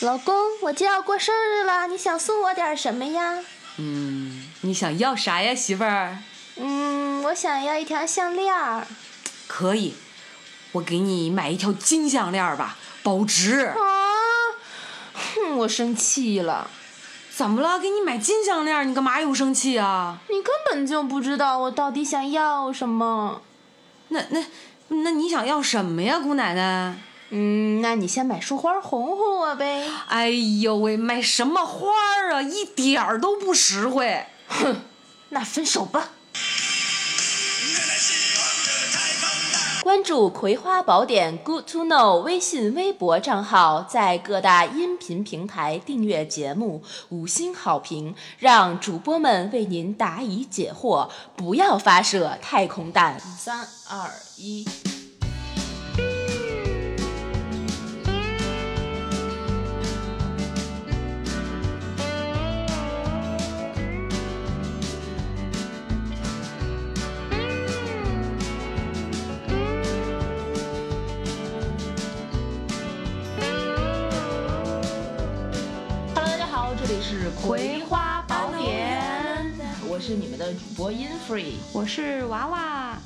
老公，我就要过生日了，你想送我点什么呀？嗯，你想要啥呀，媳妇儿？嗯，我想要一条项链儿。可以，我给你买一条金项链儿吧，保值。啊！哼，我生气了，怎么了？给你买金项链儿，你干嘛又生气啊？你根本就不知道我到底想要什么。那那那你想要什么呀，姑奶奶？嗯，那你先买束花哄哄我呗。哎呦喂，买什么花儿啊？一点儿都不实惠。那分手吧。关注《葵花宝典》Good to Know 微信、微博账号，在各大音频平台订阅节目，五星好评，让主播们为您答疑解惑。不要发射太空弹。三二一。Hello，大家好，这里是《葵花宝典》，我是你们的主播 InFree。我是娃娃，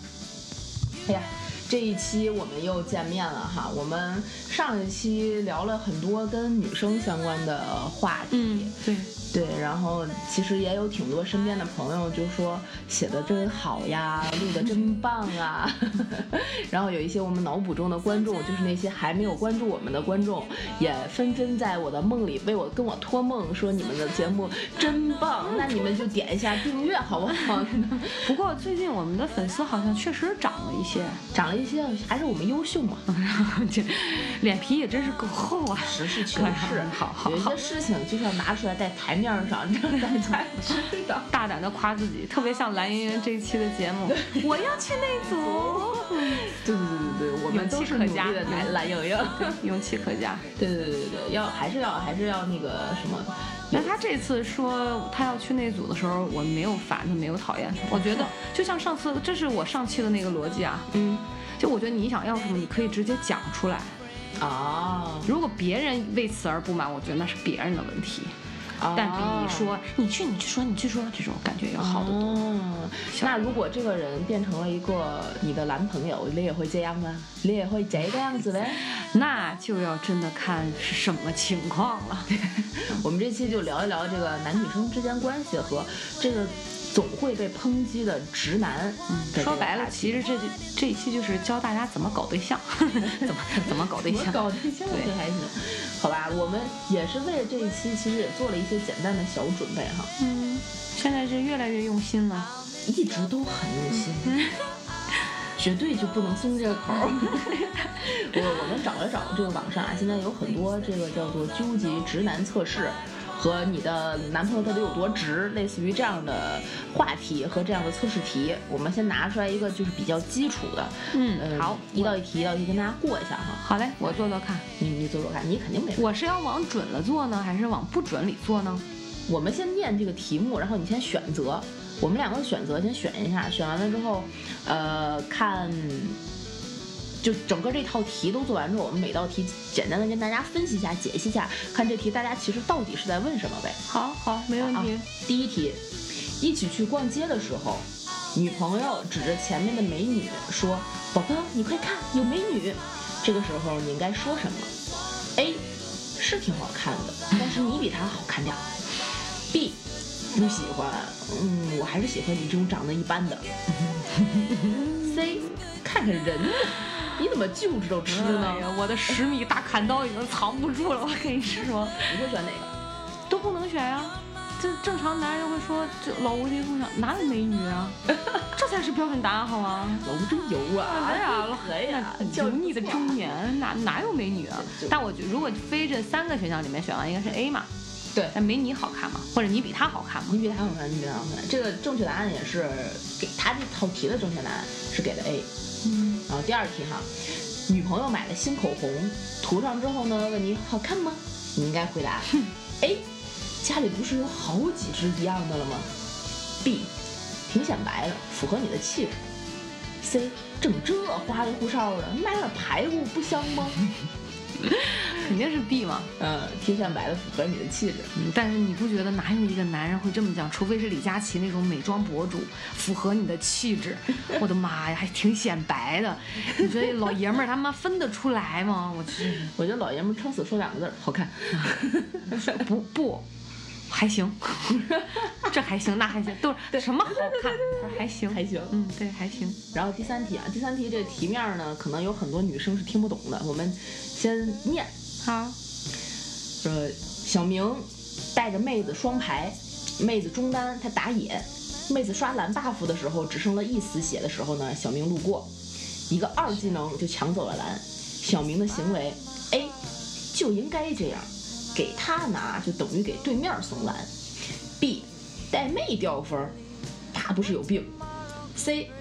哎呀，这一期我们又见面了哈。我们上一期聊了很多跟女生相关的话题，嗯，对，对，然后其实也有挺多身边的朋友就说写的真好呀，录的嗯真棒啊。 然后有一些我们脑补中的观众，就是那些还没有关注我们的观众，也纷纷在我的梦里为我跟我托梦说你们的节目真棒，那你们就点一下订阅好不好？ 不过最近我们的粉丝好像确实涨了一些， 长了一些，还是我们优秀嘛。这脸皮也真是够厚啊！实事 求哎呀是，好好有一些事情就是要拿出来在台面上，让大家 知道。大胆的夸自己，特别像蓝盈莹这一期的节目，我要去内组，对对对对对，我们勇都气是可努力嘉的蓝蓝莹莹。勇气可嘉。对对对对对，要还是要还是要那个什么，那他这次说他要去内组的时候，我没有烦他，没有讨厌他，我觉得就像上次，这是我上期的那个逻辑啊，嗯就我觉得你想要什么，你可以直接讲出来。啊如果别人为此而不满，我觉得那是别人的问题，啊，但比你说你去你去说你去说这种感觉要好得多。哦，那如果这个人变成了一个你的男朋友，你也会这样吗？你也会这个样子呗？ 那就要真的看是什么情况了。我们这期就聊一聊这个男女生之间关系和这个总会被抨击的直男的这个话题。说白了，其实这就这一期就是教大家怎么搞对象， 怎么怎么搞对我象。搞对象这还行，好吧，我们也是为了这一期，其实也做了一些简单的小准备哈，嗯，现在是越来越用心了。一直都很用心，绝对就不能松这个 口儿。我我们找了找这个网上啊，现在有很多这个叫做究极直男测试。和你的男朋友到底有多直，类似于这样的话题和这样的测试题，我们先拿出来一个就是比较基础的，呃嗯，好，一道一题一道一题跟大家过一下哈。好嘞，我做做看。你你做做看，你肯定没问题我是要往准了做呢，还是往不准里做呢？我们先念这个题目，然后你先选择，我们两个选择先选一下，选完了之后，呃，看，就整个这套题都做完之后，我们每道题简单的跟大家分析一下、解析一下，看这题大家其实到底是在问什么呗。好好，没问题。啊第一题，一起去逛街的时候，女朋友指着前面的美女说：“宝宝，你快看，有美女。”这个时候你应该说什么？A，是挺好看的，但是你比她好看点儿。B，不喜欢，嗯，我还是喜欢你这种长得一般的。C，看看人呢，你怎么就知道吃呢哎？呀，我的十米大砍刀已经藏不住了，我跟你说，你会选哪个？ 都不能选呀、 这正常男人会说，这老无敌共享哪有美女 啊？这才是标准答案，好吗？老真油啊！哎呀，老哎呀，油腻的中年哪哪有美女啊就？但我觉如果非这三个选项里面选完一个是 A 嘛，对那没你好看嘛，或者你比他好看嘛？你比他好看，你比他好看。这个正确答案也是给他这套题的正确答案是给了 A。嗯，然后第二题哈，女朋友买了新口红，涂上之后呢，问你好看吗？你应该回答 A，家里不是有好几支一样的了吗？B，挺显白的，符合你的气质。C，整这花里胡哨的，买点排骨不香吗肯定是 B 嘛。嗯，贴向白的符合你的气质。嗯但是你不觉得哪有一个男人会这么讲？除非是李佳琦那种美妆博主，符合你的气质。 我的妈呀，还挺显白的。你觉得老爷们儿他妈分得出来吗？我去，我觉得老爷们儿撑死说两个字儿好看。 不不，还行， 这还行，那还行，都是什么好看？还行，还行嗯，对，还行。然后第三题啊，第三题这个题面儿呢，可能有很多女生是听不懂的，我们先念。好，说呃小明带着妹子双排，妹子中单他打野，妹子刷蓝 buff 的时候只剩了一丝血的时候呢，小明路过，一个二技能就抢走了蓝。小明的行为 A 就应该这样，给他拿就等于给对面送蓝。B 带妹掉分儿，他不是有病。C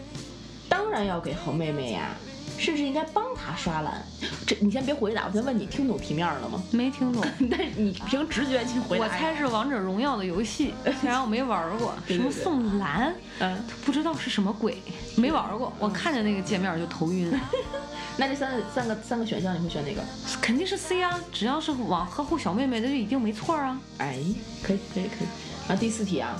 当然要给好妹妹呀、甚至应该帮她刷蓝。这你先别回答，我先问你，听懂题面了吗？没听懂。 但是你凭直觉去回答，我猜是王者荣耀的游戏，虽然我没玩儿过，对什对么对送蓝，嗯不知道是什么鬼，没玩儿过。我看见那个界面儿就头晕， 那这三个三个三个选项你会选哪个？肯定是 C 啊，只要是往呵护小妹妹，这就一定没错儿啊。哎，可以可以可以。然后第四题啊，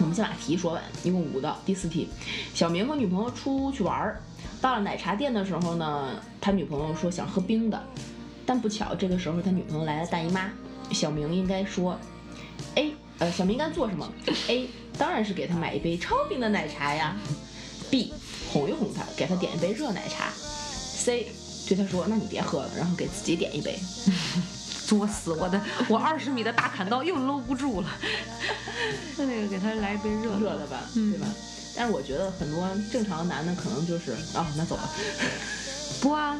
我们先把题说完，一共五道。第四题，小明和女朋友出去玩儿，到了奶茶店的时候呢，他女朋友说想喝冰的，但不巧这个时候他女朋友来了大姨妈，小明应该说，A，呃，小明应该做什么？A，当然是给他买一杯超冰的奶茶呀。B，哄一哄他，给他点一杯热奶茶。C，对他说，那你别喝了，然后给自己点一杯。作死我的，我二十米的大砍刀又搂不住了。 那个给他来一杯热热的，的吧，嗯对吧？但是我觉得很多正常男的可能就是啊、那走了，不啊，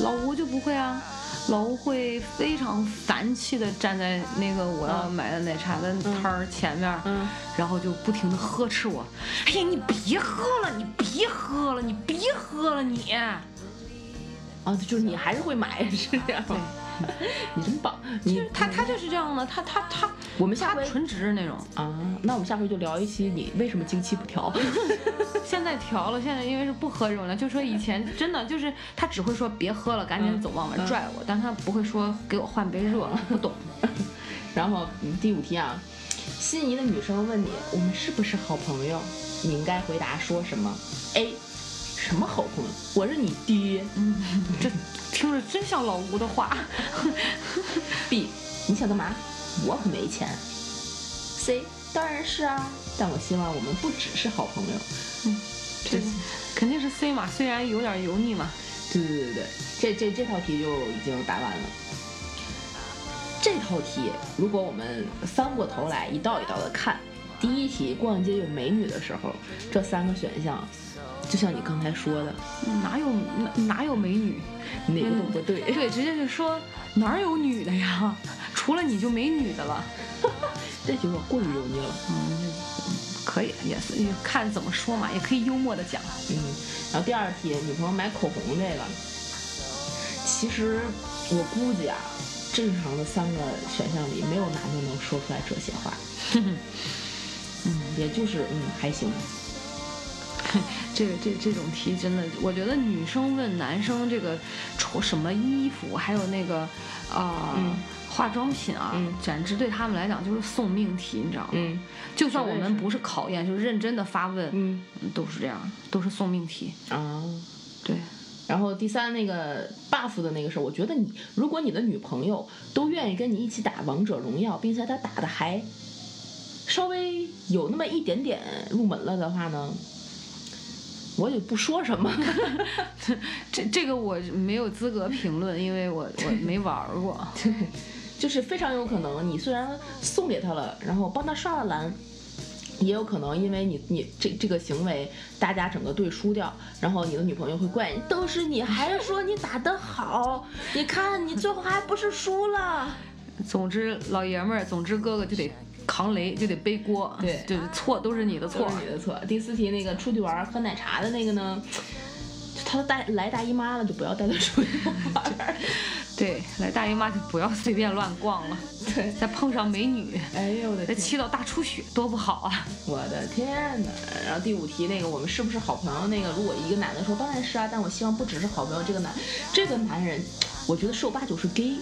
老吴就不会啊。老吴会非常烦气的站在那个我要嗯买的奶茶的摊儿前面，嗯，然后就不停的呵斥我，哎呀，你别喝了，你别喝了，你别喝了，你。啊，就是你还是会买，是这样对吗？， 你真棒，就你是他，他就是这样的，他他他，我们下他回纯直那种。啊，那我们下回就聊一期你为什么经期不调， 现在调了，现在因为是不喝这种的，就说以前真的就是他只会说别喝了，赶紧走，往外拽我，但他不会说给我换杯热， 不懂。 然后嗯第五题啊，心仪的女生问你我们是不是好朋友，你应该回答说什么？A，什么好朋友？我是你爹。这听着真像老吴的话。 B，你想干嘛？我可没钱。C，当然是啊，但我希望我们不只是好朋友。这肯定是 C 嘛，虽然有点油腻嘛。对对对对，这这这套题就已经答完了。这套题如果我们翻过头来一道一道的看，第一题逛街有美女的时候，这三个选项，就像你刚才说的，哪有哪哪有美女？哪个都不对。 对，直接就说哪儿有女的呀？ 除了你就没女的了。这题我过于油腻了。嗯，可以，也是也看怎么说嘛，也可以幽默的讲。嗯，然后第二题，女朋友买口红这个，其实我估计啊，正常的三个选项里没有男的能说出来这些 话。嗯，也就是嗯还行。这个这这种题真的，我觉得女生问男生这个穿什么衣服，还有那个啊、呃嗯化妆品啊，嗯简直对他们来讲就是送命题，你知道吗？嗯就算我绝对们是不是考验，就是认真的发问，嗯都是这样，都是送命题。啊。对，然后第三那个 buff 的那个事儿，我觉得你如果你的女朋友都愿意跟你一起打王者荣耀，并且她打的还稍微有那么一点点入门了的话呢，我也不说什么。这这个我没有资格评论，因为我我没玩儿过。 就是非常有可能，你虽然送给他了，然后帮他刷了蓝，也有可能因为你你这这个行为，大家整个队输掉，然后你的女朋友会怪你，都是你，还是说你打得好？你看你最后还不是输了？总之，老爷们儿，总之哥哥就得扛雷，就得背锅，对就是错都是你的错错是。你的错。第四题那个出去玩儿喝奶茶的那个呢，就他带来大姨妈了，就不要带他出去玩儿。 对，来大姨妈就不要随便乱逛了，对，再碰上美女，哎呦我的再天！气到大出血多不好啊！ 我的天哪！然后第五题那个，我们是不是好朋友？那个，如果一个男的说当然是啊，但我希望不只是好朋友。这个男，这个男人我觉得十有八九是 gay。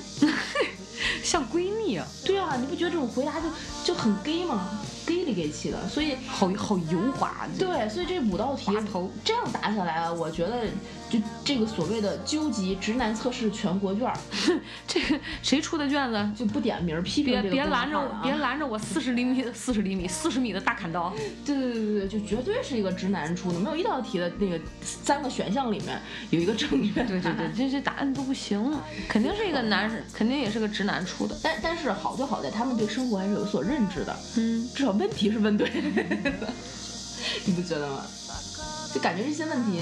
像闺蜜啊，对啊，你不觉得这种回答就就很 gay 吗？gay 里 gay 气的，所以好好油滑，对，所以这五道题滑头这样答下来啊，我觉得就这个所谓的究极直男测试全国卷儿 这个谁出的卷子？就不点名儿批评别这个别公众拦着号我了啊，别拦着我！四十厘米，四十厘米，四十米的大砍刀， 对对对对，对，就绝对是一个直男出的，没有一道题的那个三个选项里面有一个正确。对对对，这这答案都不行，肯定是一个男人，肯定也是个直男出的。但但是好就好在他们对生活还是有所认知的，嗯，至少问题是问对了，你不觉得吗？就感觉这些问题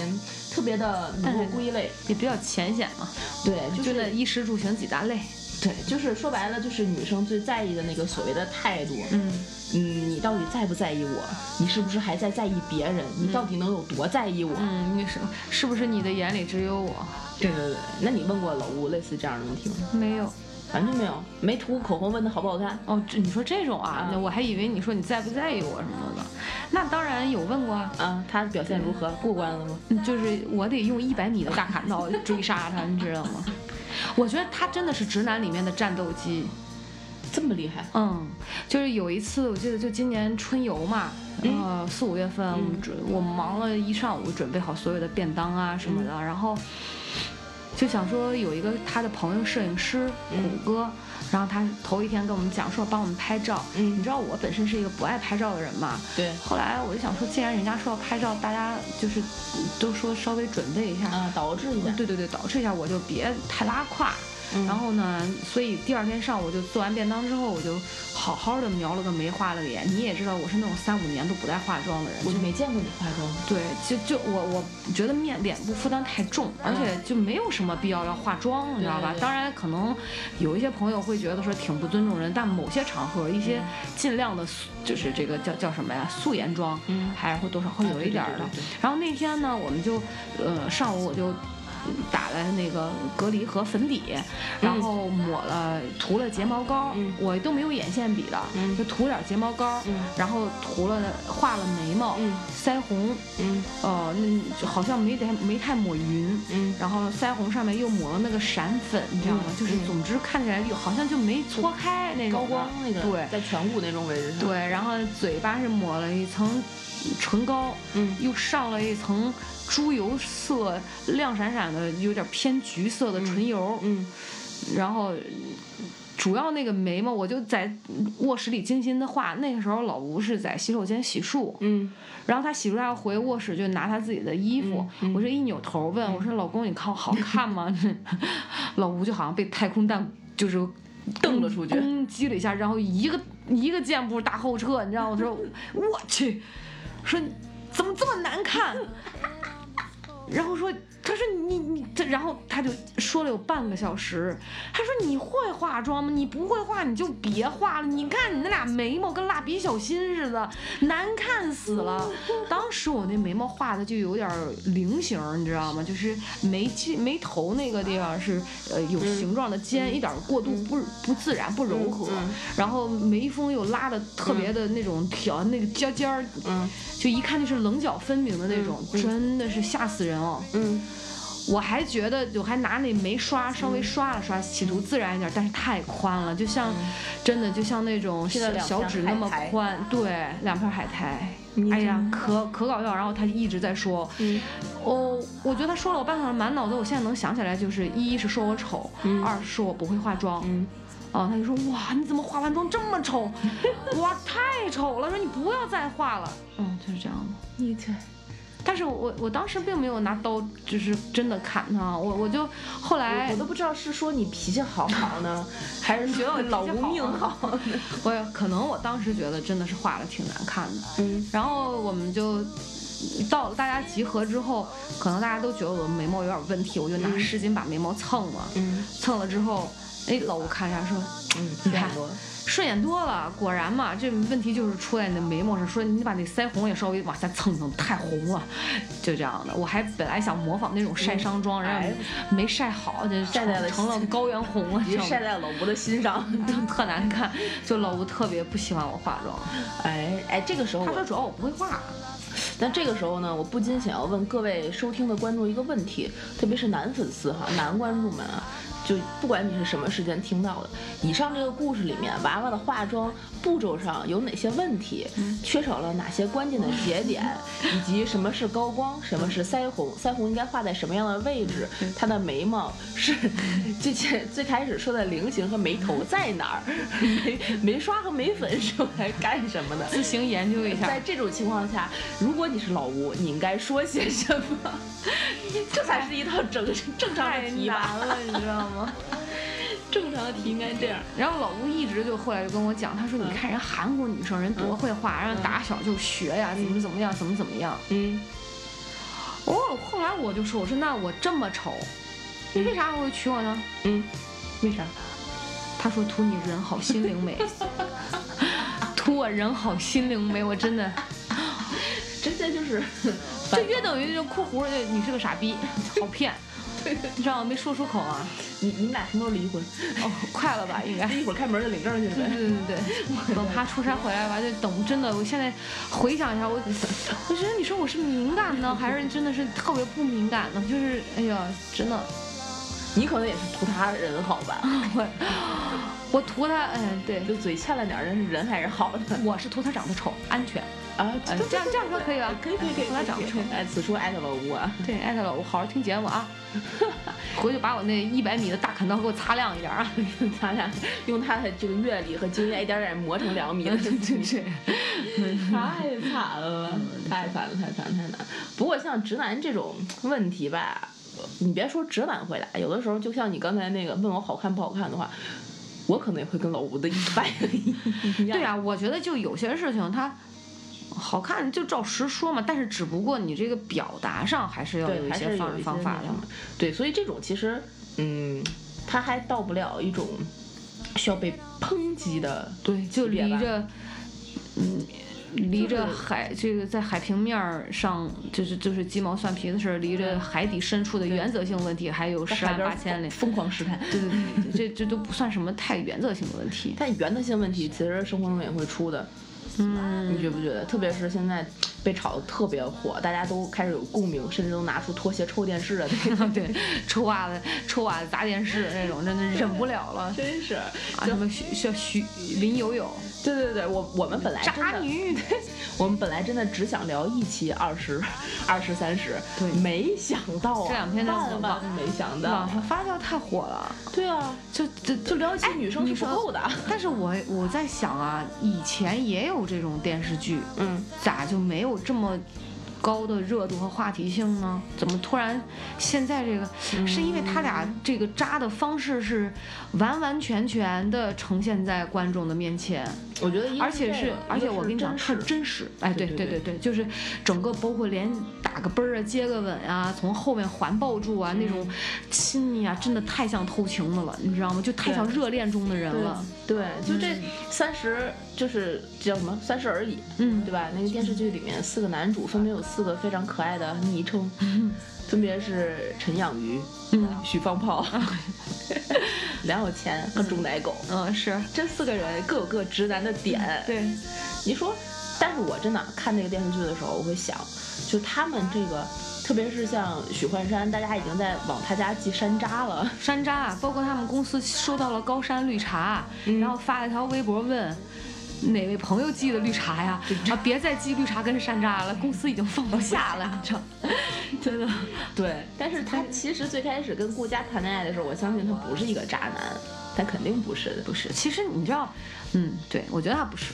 特别的能够归类，也比较浅显嘛，对，就就是那衣食住行几大类。对，就是说白了，就是女生最在意的那个所谓的态度。嗯，嗯，你到底在不在意我？你是不是还在在意别人？你到底能有多在意我？嗯，你是是不是你的眼里只有我？对对对，那你问过老吴类似这样的问题吗？没有。完全没有，没涂口红，问的好不好看？哦，这你说这种啊啊，那我还以为你说你在不在意我什么的，那当然有问过啊。啊，他表现如何？过关了吗？嗯就是我得用一百米的大砍刀追杀他，你知道吗？我觉得他真的是直男里面的战斗机。这么厉害？嗯，就是有一次，我记得就今年春游嘛，呃，四五月份，我嗯准我忙了一上午，准备好所有的便当啊什么的，嗯然后就想说有一个他的朋友摄影师嗯谷歌，然后他头一天跟我们讲说帮我们拍照，嗯你知道我本身是一个不爱拍照的人嘛，对，后来我就想说，既然人家说要拍照，大家就是都说稍微准备一下，啊，导致一下。对对对，导致一下，我就别太拉胯。嗯然后呢，所以第二天上午就做完便当之后，我就好好的描了个眉，画了个眼。你也知道，我是那种三五年都不带化妆的人，我就就没见过你化妆。对，就就我我觉得面脸部负担太重，而且就没有什么必要要化妆，你知道吧？对对当然，可能有一些朋友会觉得说挺不尊重人，但某些场合一些尽量的素，就是这个叫叫什么呀，素颜妆，嗯还是会多少会有一点儿的啊对对对对对。然后那天呢，我们就呃上午我就。嗯打了那个隔离和粉底，然后抹了涂了睫毛膏，嗯我都没有眼线笔的，嗯就涂点儿睫毛膏，嗯然后涂了画了眉毛，嗯腮红，嗯呃，那就好像没太没太抹匀，嗯，然后腮红上面又抹了那个闪粉，你知道吗？嗯就是嗯总之看起来就好像就没搓开那种高的光那个，对在颧骨那种位置上。，对，然后嘴巴是抹了一层唇膏，嗯又上了一层猪油色亮闪闪的，有点偏橘色的唇油，嗯然后主要那个眉毛，我就在卧室里精心的画。那个时候老吴是在洗手间洗漱，嗯然后他洗出来回卧室就拿他自己的衣服，嗯嗯我这一扭头问、我说：“老公，你看我好看吗？” 老吴就好像被太空弹就是瞪了出去攻击嗯了一下，然后一个一个箭步大后撤，你知道吗？我说 我去，说你怎么这么难看？然后说，他说你你这，然后他就说了有半个小时。他说你会化妆吗？你不会画你就别画了。你看你那俩眉毛跟蜡笔小新似 的，难看死了。当时我那眉毛画的就有点儿菱形儿，你知道吗？就是眉际眉头那个地方是呃有形状的尖，一点儿过度不、不自然不柔和，嗯然后眉峰又拉的特别的那种条、那个尖尖儿，嗯就一看就是棱角分明的那种，真的是吓死人哦！嗯，我还觉得我还拿那眉刷稍微刷了刷，企图自然一点，但是太宽了，就像、真的就像那种这个小嗯两片小指那么海苔宽，对，两片海苔你。哎呀真，可可搞笑！然后他一直在说，嗯哦，我觉得他说了我半小时，满脑子我现在能想起来就是一是说我丑，嗯二是说我不会化妆，嗯哦，他就说哇，你怎么化完妆这么丑？ 哇，太丑了！说你不要再化了。嗯，就是这样的。你这但是我我当时并没有拿刀，就是真的砍他，我我就后我来我都不知道是说你脾气好好呢，还是觉得说我脾气老吴好命吗好呢？我也可能我当时觉得真的是画的挺难看的，嗯然后我们就到了大家集合之后，可能大家都觉得我的眉毛有点问题，我就拿嗯湿巾把眉毛蹭了， 嗯蹭了之后，哎，老吴看一下说嗯，你差看不多。顺眼多了，果然嘛，这问题就是出在你的眉毛上。说你把那腮红也稍微往下蹭蹭，太红了，就这样的。我还本来想模仿那种晒伤妆，然后哎没嗯晒好，就晒在了成 了高原红了，你晒的在老吴的心 上。 特难看。就老吴特别不喜欢我化妆，哎哎，这个时候他我说主要我不会化。但这个时候呢，我不禁想要问各位收听的观众一个问题，特别是男粉丝哈，男观众们啊，就不管你是什么时间听到的，以上这个故事里面，娃娃的化妆步骤上有哪些问题，缺少了哪些关键的节点，以及什么是高光，什么是腮红，腮红应该画在什么样的位置，她的眉毛是这些最开始说的菱形和眉头在哪儿， 眉眉刷和眉粉是用来干什么的？ 自行研究一下在。这种情况下，如果你是老吴，你应该说些什么？ 这才是一套正 正常的题吧？了，你知道吗？正常的题应该这样。 然后老吴一直就后来就跟我讲，他说：“你嗯看人韩国女生人多会画，让人打小就学呀，怎么怎么样，怎么怎么样。嗯，”哦，后来我就说：“我说那我这么丑，你为啥会娶我呢嗯为啥？？”他说：“图你人好心灵美， 图我人好心灵美，我真的，真的 就是，这约等于就括弧就你是个傻逼，好骗， 你知道吗？没说出口啊，你你们俩什么时候离婚？ 哎哦，快了吧，应该。”一会儿开门就领证去 对呗。对对对， 等他出差回来吧，就等真的。我现在回想一下，我我觉得你说我是敏感呢，还是真的是特别不敏感呢？就是哎呀，真的， 你可能也是图他人好吧？我图他，嗯，对，就嘴欠了点儿，但是人还是好的。我是图他长得丑，安全。 啊，呃这样这样说可以吧可以可以可以，图他长得丑。哎，此处艾特老吴啊。 对，艾特老吴，好好听节目啊， 回去把我那一百米的大砍刀给我擦亮一点 啊。咱俩用他的这个阅历和经验，一点点磨成两 米的啊 太惨了，嗯太惨了，太惨了，太惨了。不过像直男这种问题吧，你别说直男会来，有的时候就像你刚才那个问我好看不好看的话，我可能也会跟老吴的一 般一样。对啊，我觉得就有些事情它。好看就照实说嘛，但是只不过你这个表达上还是要有对，一还些是方有一些方法那的什么。对，所以这种其实，嗯，他还到不了一种需要被抨击的。对，就别离吧着，嗯，离就是着海这个在海平面儿上，就是就是鸡毛蒜皮的事儿，离着海底深处的原则性问题，还有嗯在十海万边八千里。疯狂试探，对对对，这这都不算什么太原则性的问 题。但原则性问题其实生活中也会出的。你嗯，。觉不觉得？特别是现在被炒得特别火，大家都开始有共鸣，甚至都拿出拖鞋抽电视的那种 对，抽袜子抽袜子砸电视那种，真的忍不了了。真是，啊，什么徐像徐林有有对对对，我我们本来真渣的， 女，我们本来真的只想聊一期二十、二十三十，对没想到啊，这两天在万万没想到网，上发酵太火了，对啊，就就就聊一期女生是哎你不说够的，啊但是我我在想啊，以前也有这种电视剧，嗯，咋就没有这么高的热度和话题性呢？怎么突然现在这个，是因为他俩这个扎的方式是完完全全的呈现在观众的面前，我觉得一个而且这是个而一个且我是跟你讲真特实真实，哎，对对对对对，就是整个包括连打个啵儿啊、接个吻啊、从后面环抱住啊那种亲密啊，真的太像偷情的了，你知道吗？就太像对热恋中的人了，对，就这三十，就是叫什么三十而已，嗯对吧？那个电视剧里面四个男主分别有四个非常可爱的昵称，分别是陈养鱼、嗯。许放 炮、梁有钱和钟奶狗。嗯，是嗯这四个人各有各直男的点，对，你说，但是我真的啊看那个电视剧的时候，我会想，就他们这个，特别是像许幻山，大家已经在往他家寄山楂了，山楂啊，包括他们公司收到了高山绿茶，然后发了条微博问。哪位朋友寄的绿茶呀？啊，别再寄绿茶跟山楂了，公司已经放不下了，你知道？ 真 的，对，但是他其实最开始跟顾佳谈恋爱的时候，我相信他不是一个渣男，他肯定不是的。不是。其实你知道，嗯，对，我觉得他不是，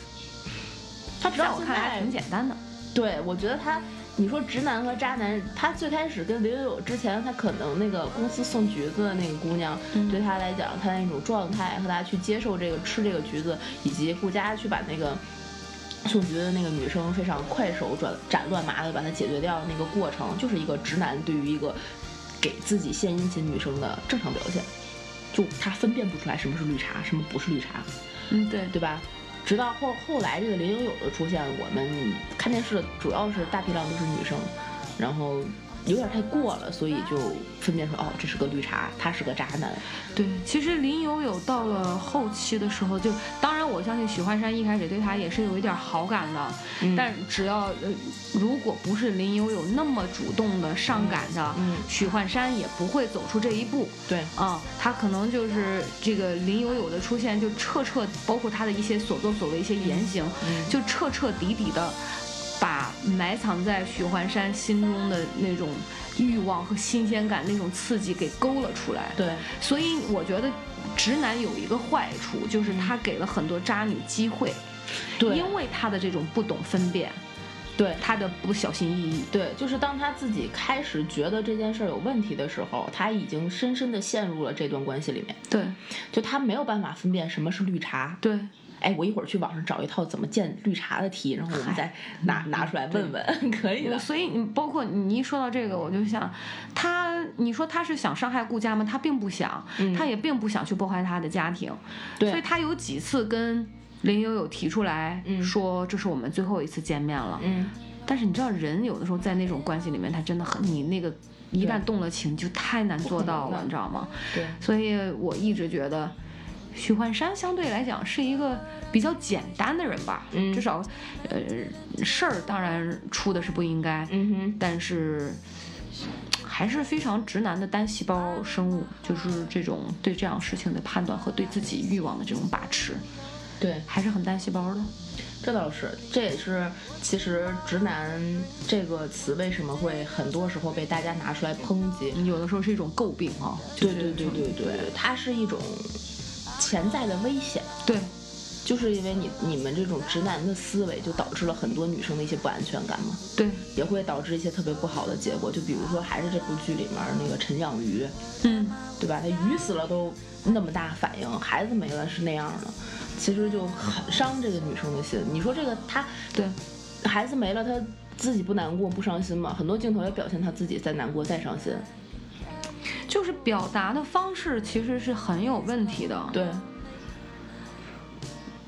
他直在到我现看来在还挺简单的。对，我觉得他，你说直男和渣男，他最开始跟刘友友之前，他可能那个公司送橘子的那个姑娘，对他来讲，他那种状态和他去接受这个吃这个橘子，以及顾佳去把那个。送橘子的那个女生非常快手转斩乱麻的把它解决掉，那个过程就是一个直男对于一个给自己献殷勤女生的正常表现，就他分辨不出来什么是绿茶，什么不是绿茶。嗯，对对吧？直到后后来这个林有有的出现，我们看电视的主要是大批量都是女生，然后有点太过了，所以就分辨出哦，这是个绿茶，他是个渣男。对，其实林有有到了后期的时候，就当然我相信许幻山一开始对他也是有一点好感的，嗯但只要呃如果不是林有有那么主动的上赶的，嗯嗯许幻山也不会走出这一步。对，啊、他可能就是这个林有有的出现，就彻彻，包括他的一些所作所为、一些言行，嗯就彻彻底底的把埋藏在许幻山心中的那种欲望和新鲜感、那种刺激给勾了出来。对，所以我觉得直男有一个坏处，就是他给了很多渣女机会，嗯对，因为他的这种不懂分辨，对他的不小心翼翼。对，就是当他自己开始觉得这件事儿有问题的时候，他已经深深的陷入了这段关系里面，对就他没有办法分辨什么是绿茶。对，哎，我一会儿去网上找一套怎么建绿茶的题，然后我们再拿拿出来问问， 可以的。所以你包括你一说到这个，我就想，他你说他是想伤害顾家吗？他并不想，嗯他也并不想去破坏他的家庭，对所以他有几次跟林有有提出来、嗯说，这是我们最后一次见面了。嗯，但是你知道，人有的时候在那种关系里面，他真的很，你那个一旦动了情，就太难做到不可能了，的你知道吗？对，所以我一直觉得，许幻山相对来讲是一个比较简单的人吧，嗯至少，呃，事儿当然出的是不应该，嗯哼，但是还是非常直男的单细胞生物，就是这种对这样事情的判断和对自己欲望的这种把持，对，还是很单细胞的。这倒是，这也是其实“直男”这个词为什么会很多时候被大家拿出来抨击。有的时候是一种诟病啊、就对是对对对对，它是一种潜在的危险，对就是因为你你们这种直男的思维，就导致了很多女生的一些不安全感嘛，对，也会导致一些特别不好的结果。就比如说，还是这部剧里面那个陈养鱼，嗯，对吧？他鱼死了都那么大反应，孩子没了是那样的，其实就很伤这个女生的心。你说这个她对孩子没了，她自己不难过不伤心吗？很多镜头也表现她自己在难过在伤心。就是表达的方式其实是很有问题的。对，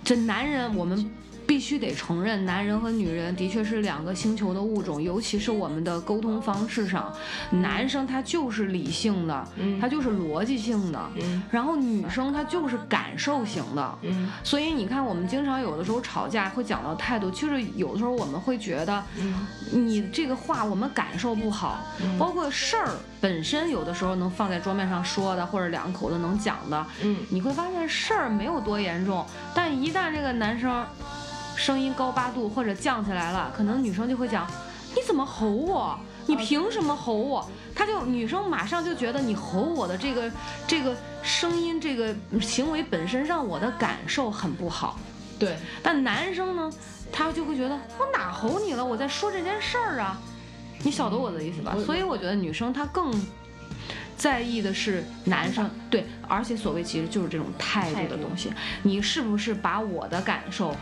这男人我们。必须得承认，男人和女人的确是两个星球的物种，尤其是我们的沟通方式上，男生他就是理性的，嗯他就是逻辑性的，嗯然后女生她就是感受型的。嗯所以你看，我们经常有的时候吵架会讲到态度，就是有的时候我们会觉得，嗯你这个话我们感受不好，嗯包括事儿本身，有的时候能放在桌面上说的，或者两口子能讲的，嗯，你会发现事儿没有多严重，但一旦这个男生声音高八度或者犟起来了，可能女生就会讲：“你怎么吼我？你凭什么吼我？”他就女生马上就觉得你吼我的这个这个声音这个行为本身让我的感受很不好，对但男生呢，他就会觉得我哪吼你了？我在说这件事儿啊，你晓得我的意思吧嗯我？所以我觉得女生她更在意的是男生对，而且所谓其实就是这种态态度度的东西，你是不是把我的感受？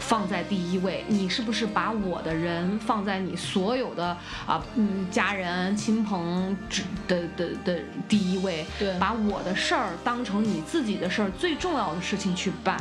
放在第一位，你是不是把我的人放在你所有的啊，嗯，家人、亲朋之的的的的第一位？对把我的事儿当成你自己的事儿，最重要的事情去办。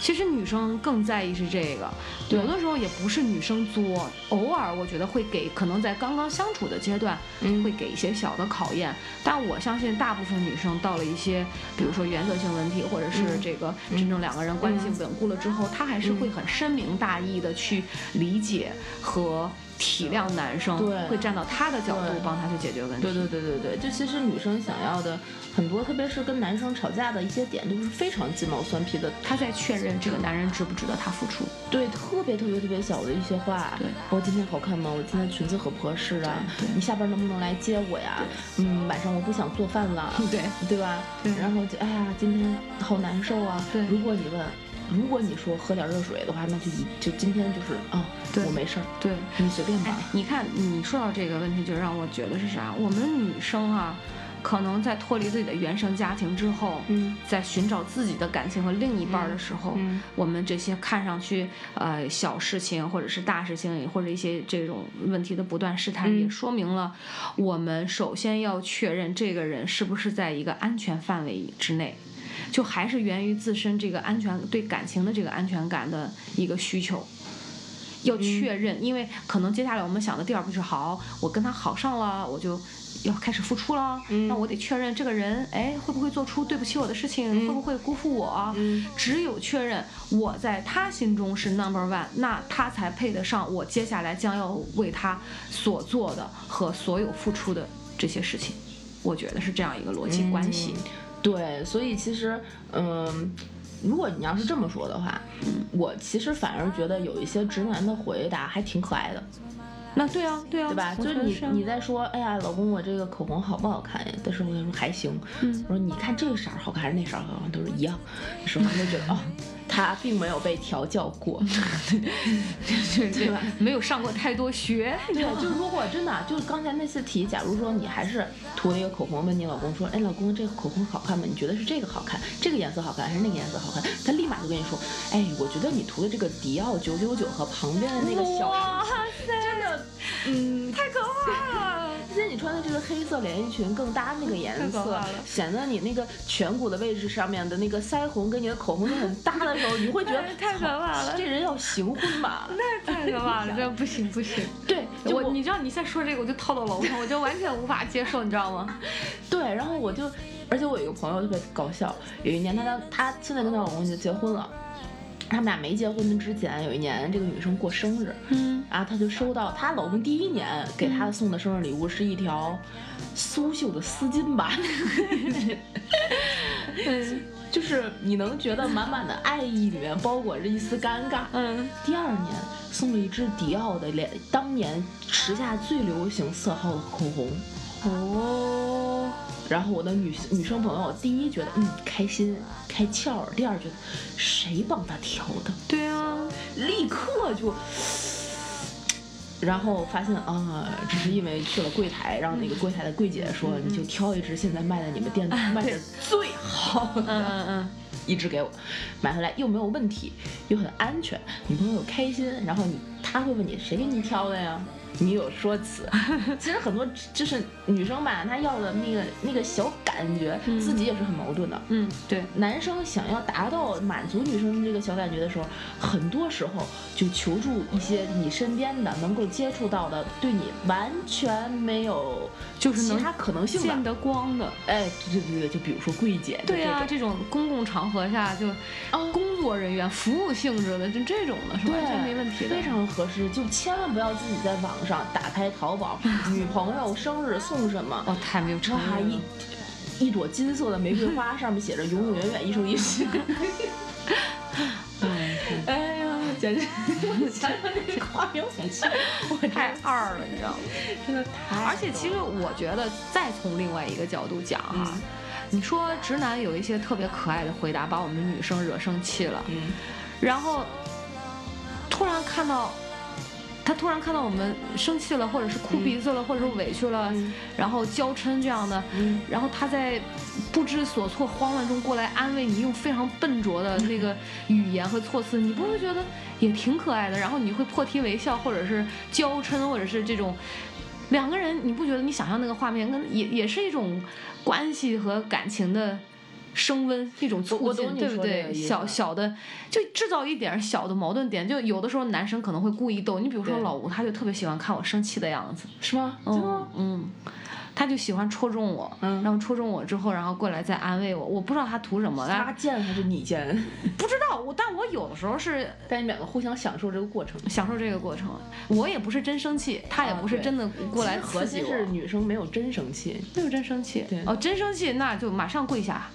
其实女生更在意是这个，对有的时候也不是女生作，偶尔我觉得会给，可能在刚刚相处的阶段，嗯会给一些小的考验。但我相信大部分女生到了一些，比如说原则性问题，或者是嗯这个真正两个人关系稳固了之后，她还是会很深明大义的去理解和体谅男生对，会站到他的角度对帮他去解决问题。对对对对对，就其实女生想要的很多，特别是跟男生吵架的一些点，都是非常鸡毛蒜皮的她在确认这个男人值不值得她付出。对，特别特别特别小的一些话，对我今天好看吗？我今天裙子合不合适啊对？对你下班能不能来接我呀？嗯，晚上我不想做饭了，对嗯对吧？嗯对然后就哎呀，今天好难受啊。对如果你问，如果你说喝点热水的话，那就一就今天就是啊，对我没事儿，对。你随便吧哎。，你看，你说到这个问题，就让我觉得是啥？我们女生啊，可能在脱离自己的原生家庭之后，嗯在寻找自己的感情和另一半儿的时候，嗯嗯我们这些看上去呃小事情，或者是大事情，或者一些这种问题的不断试探，嗯也说明了我们首先要确认这个人是不是在一个安全范围之内。就还是源于自身这个安全对感情的这个安全感的一个需求，要嗯确认，因为可能接下来我们想的第二步就是好，我跟他好上了，我就要开始付出了，嗯那我得确认这个人，哎，会不会做出对不起我的事嗯情，会不会辜负我？只有确认我在他心中是 number one，那他才配得上我接下来将要为他所做的和所有付出的这些事情。我觉得是这样一个逻辑关系。对，所以其实，嗯，如果你要是这么说的话，嗯我其实反而觉得有一些直男的回答还挺可爱的，那对啊，对啊，对吧？我就觉是得你啊你在说，哎呀，老公，我这个口红好不好看呀？但是那个说还行，我说你看这个色儿好看还是那色儿好看，都是一样，你说完就觉得哦，他并没有被调教过。 对对吧？没有上过太多 学，对，就如果真的就是刚才那次题，假如说你还是涂了一个口红，问你老公说，哎，老公，这个口红好看吗？你觉得是这个好看，这个颜色好看，还是那个颜色好看？他立马就跟你说，哎，我觉得你涂的这个迪奥九九九和旁边的那个小，哇塞，真的，嗯，太可怕了。今天你穿的这个黑色连衣裙更搭那个颜太色可怕了，显得你那个颧骨的位置上面的那个腮红跟你的口红都很搭的时候，你会觉得 太可怕了这人要行婚 吧？太可怕 了，这不行不行！对，就我你知道你再说这个我就套到楼上，我就完全无法接受，你知道吗？对，然后我就，而且我有一个朋友特别搞笑，有一年她当她现在跟她老公已经结婚了，他们俩没结婚之前，有一年这个女生过生日，嗯，然后她就收到她老公第一年给她送的生日礼物是一条苏绣的丝巾吧，就是你能觉得满满的爱意里面包裹着一丝尴尬，嗯，第二年送了一支迪奥的连当年时下最流行色号的口红。哦，然后我的女女生朋友，第一觉得嗯开心开窍儿，第二觉得谁帮她调的，对啊，立刻就，然后发现啊，只是因为去了柜台，让那个柜台的柜姐说，你就挑一支现在卖的你们店卖的最好的嗯嗯嗯，一支给我，买回来又没有问题，又很安全，女朋友又开心，然后你他会问你谁给你挑的呀？你有说辞，其实很多就是女生吧，她要的那个那个小感觉，嗯自己也是很矛盾的。嗯，对，男生想要达到满足女生这个小感觉的时候，很多时候就求助一些你身边的能够接触到的，对你完全没有就是其能他可能性见的。得光的。哎，对对对，就比如说柜姐，就对哦这啊，种这种公共场合下就，工作人员、服务性质的，就这种的是对，完全没问题的。非常合适。就千万不要自己在网上打开淘 宝，女朋友生日送什么？哦，太没有诚哇，意了。一一朵金色的玫瑰花，上面写着“永永远远一生一 世嗯”。哎呀，简直！我想想这个画面，我想笑。我真太的二了，你知道吗？真的太……而且其实我觉得，再从另外一个角度讲哈，你说直男有一些特别可爱的回答，把我们女生惹生气了，嗯，然后突然看到。他突然看到我们生气了，或者是哭鼻子了，或者是委屈了，然后娇嗔这样的，嗯然后他在不知所措、慌乱中过来安慰你，用非常笨拙的那个语言和措辞，你不会觉得也挺可爱的？然后你会破涕为笑，或者是娇嗔，或者是这种两个人，你不觉得你想象那个画面跟也 也是一种关系和感情的升温，一种我促我懂进，你对不说这个对？意思小小的就制造一点小的矛盾点，就有的时候男生可能会故意逗你，比如说对老吴，他就特别喜欢看我生气的样子，是吗？真的嗯吗？嗯，他就喜欢戳中我，嗯然后戳中我之后，然后过来再安慰我，我不知道他图什么，他但贱还是你贱？不知道我，但我有的时候是但你们两个互相享受这个过程。享受这个过程，我也不是真生气，他也啊不是对真的过来其实核刺心激我，是女生没有真生气，没有真生气对，哦，真生气那就马上跪下。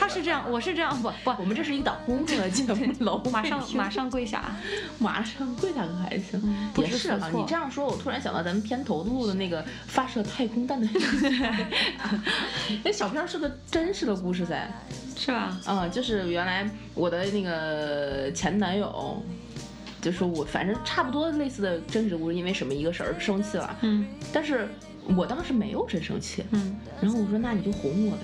他是这样，我是这样，不我不，们这是一档公众的节 目，老公 马上听马上跪下。马上跪下可还行，嗯也是不知啊所。措你这样说，我突然想到咱们片头录的那个发射太空弹的， 那小片儿是个真实的故事噻。是吧？啊，就是原来我的那个前男友，就是我反正差不多类似的真实故事，因为什么一个事儿生气了，嗯但是我当时没有真生气，嗯，然后我说那你就哄我呗，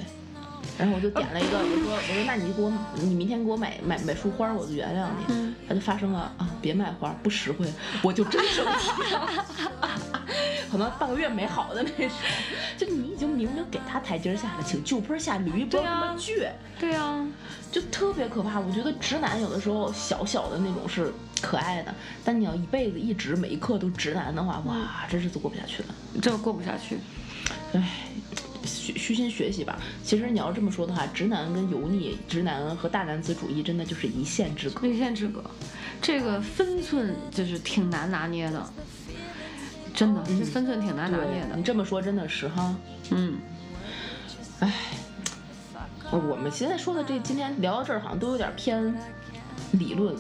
然后我就点了一个，我说我说那你就给我你明天给我买买买束花，我就原谅嗯你。他就发生了啊，别买花不实惠，我就真生气了。 可能半个月没好的那种。就你已经明明给他台阶下了，请就坡下驴，不要对那啊么倔，对啊，就特别可怕。我觉得直男有的时候小小的那种是可爱的，但你要一辈子一直每一刻都直男的话，嗯哇，这日子过不下去了。这过不下去。唉，虚虚心学习吧。其实你要这么说的话，直男跟油腻、直男和大男子主义真的就是一线之隔。立宪之隔，这个分寸就是挺难拿捏的，真的，这分寸挺难拿捏对，的你。这么说真的是哈。嗯，我们现在说的这，今天聊到这儿好像都有点偏理论，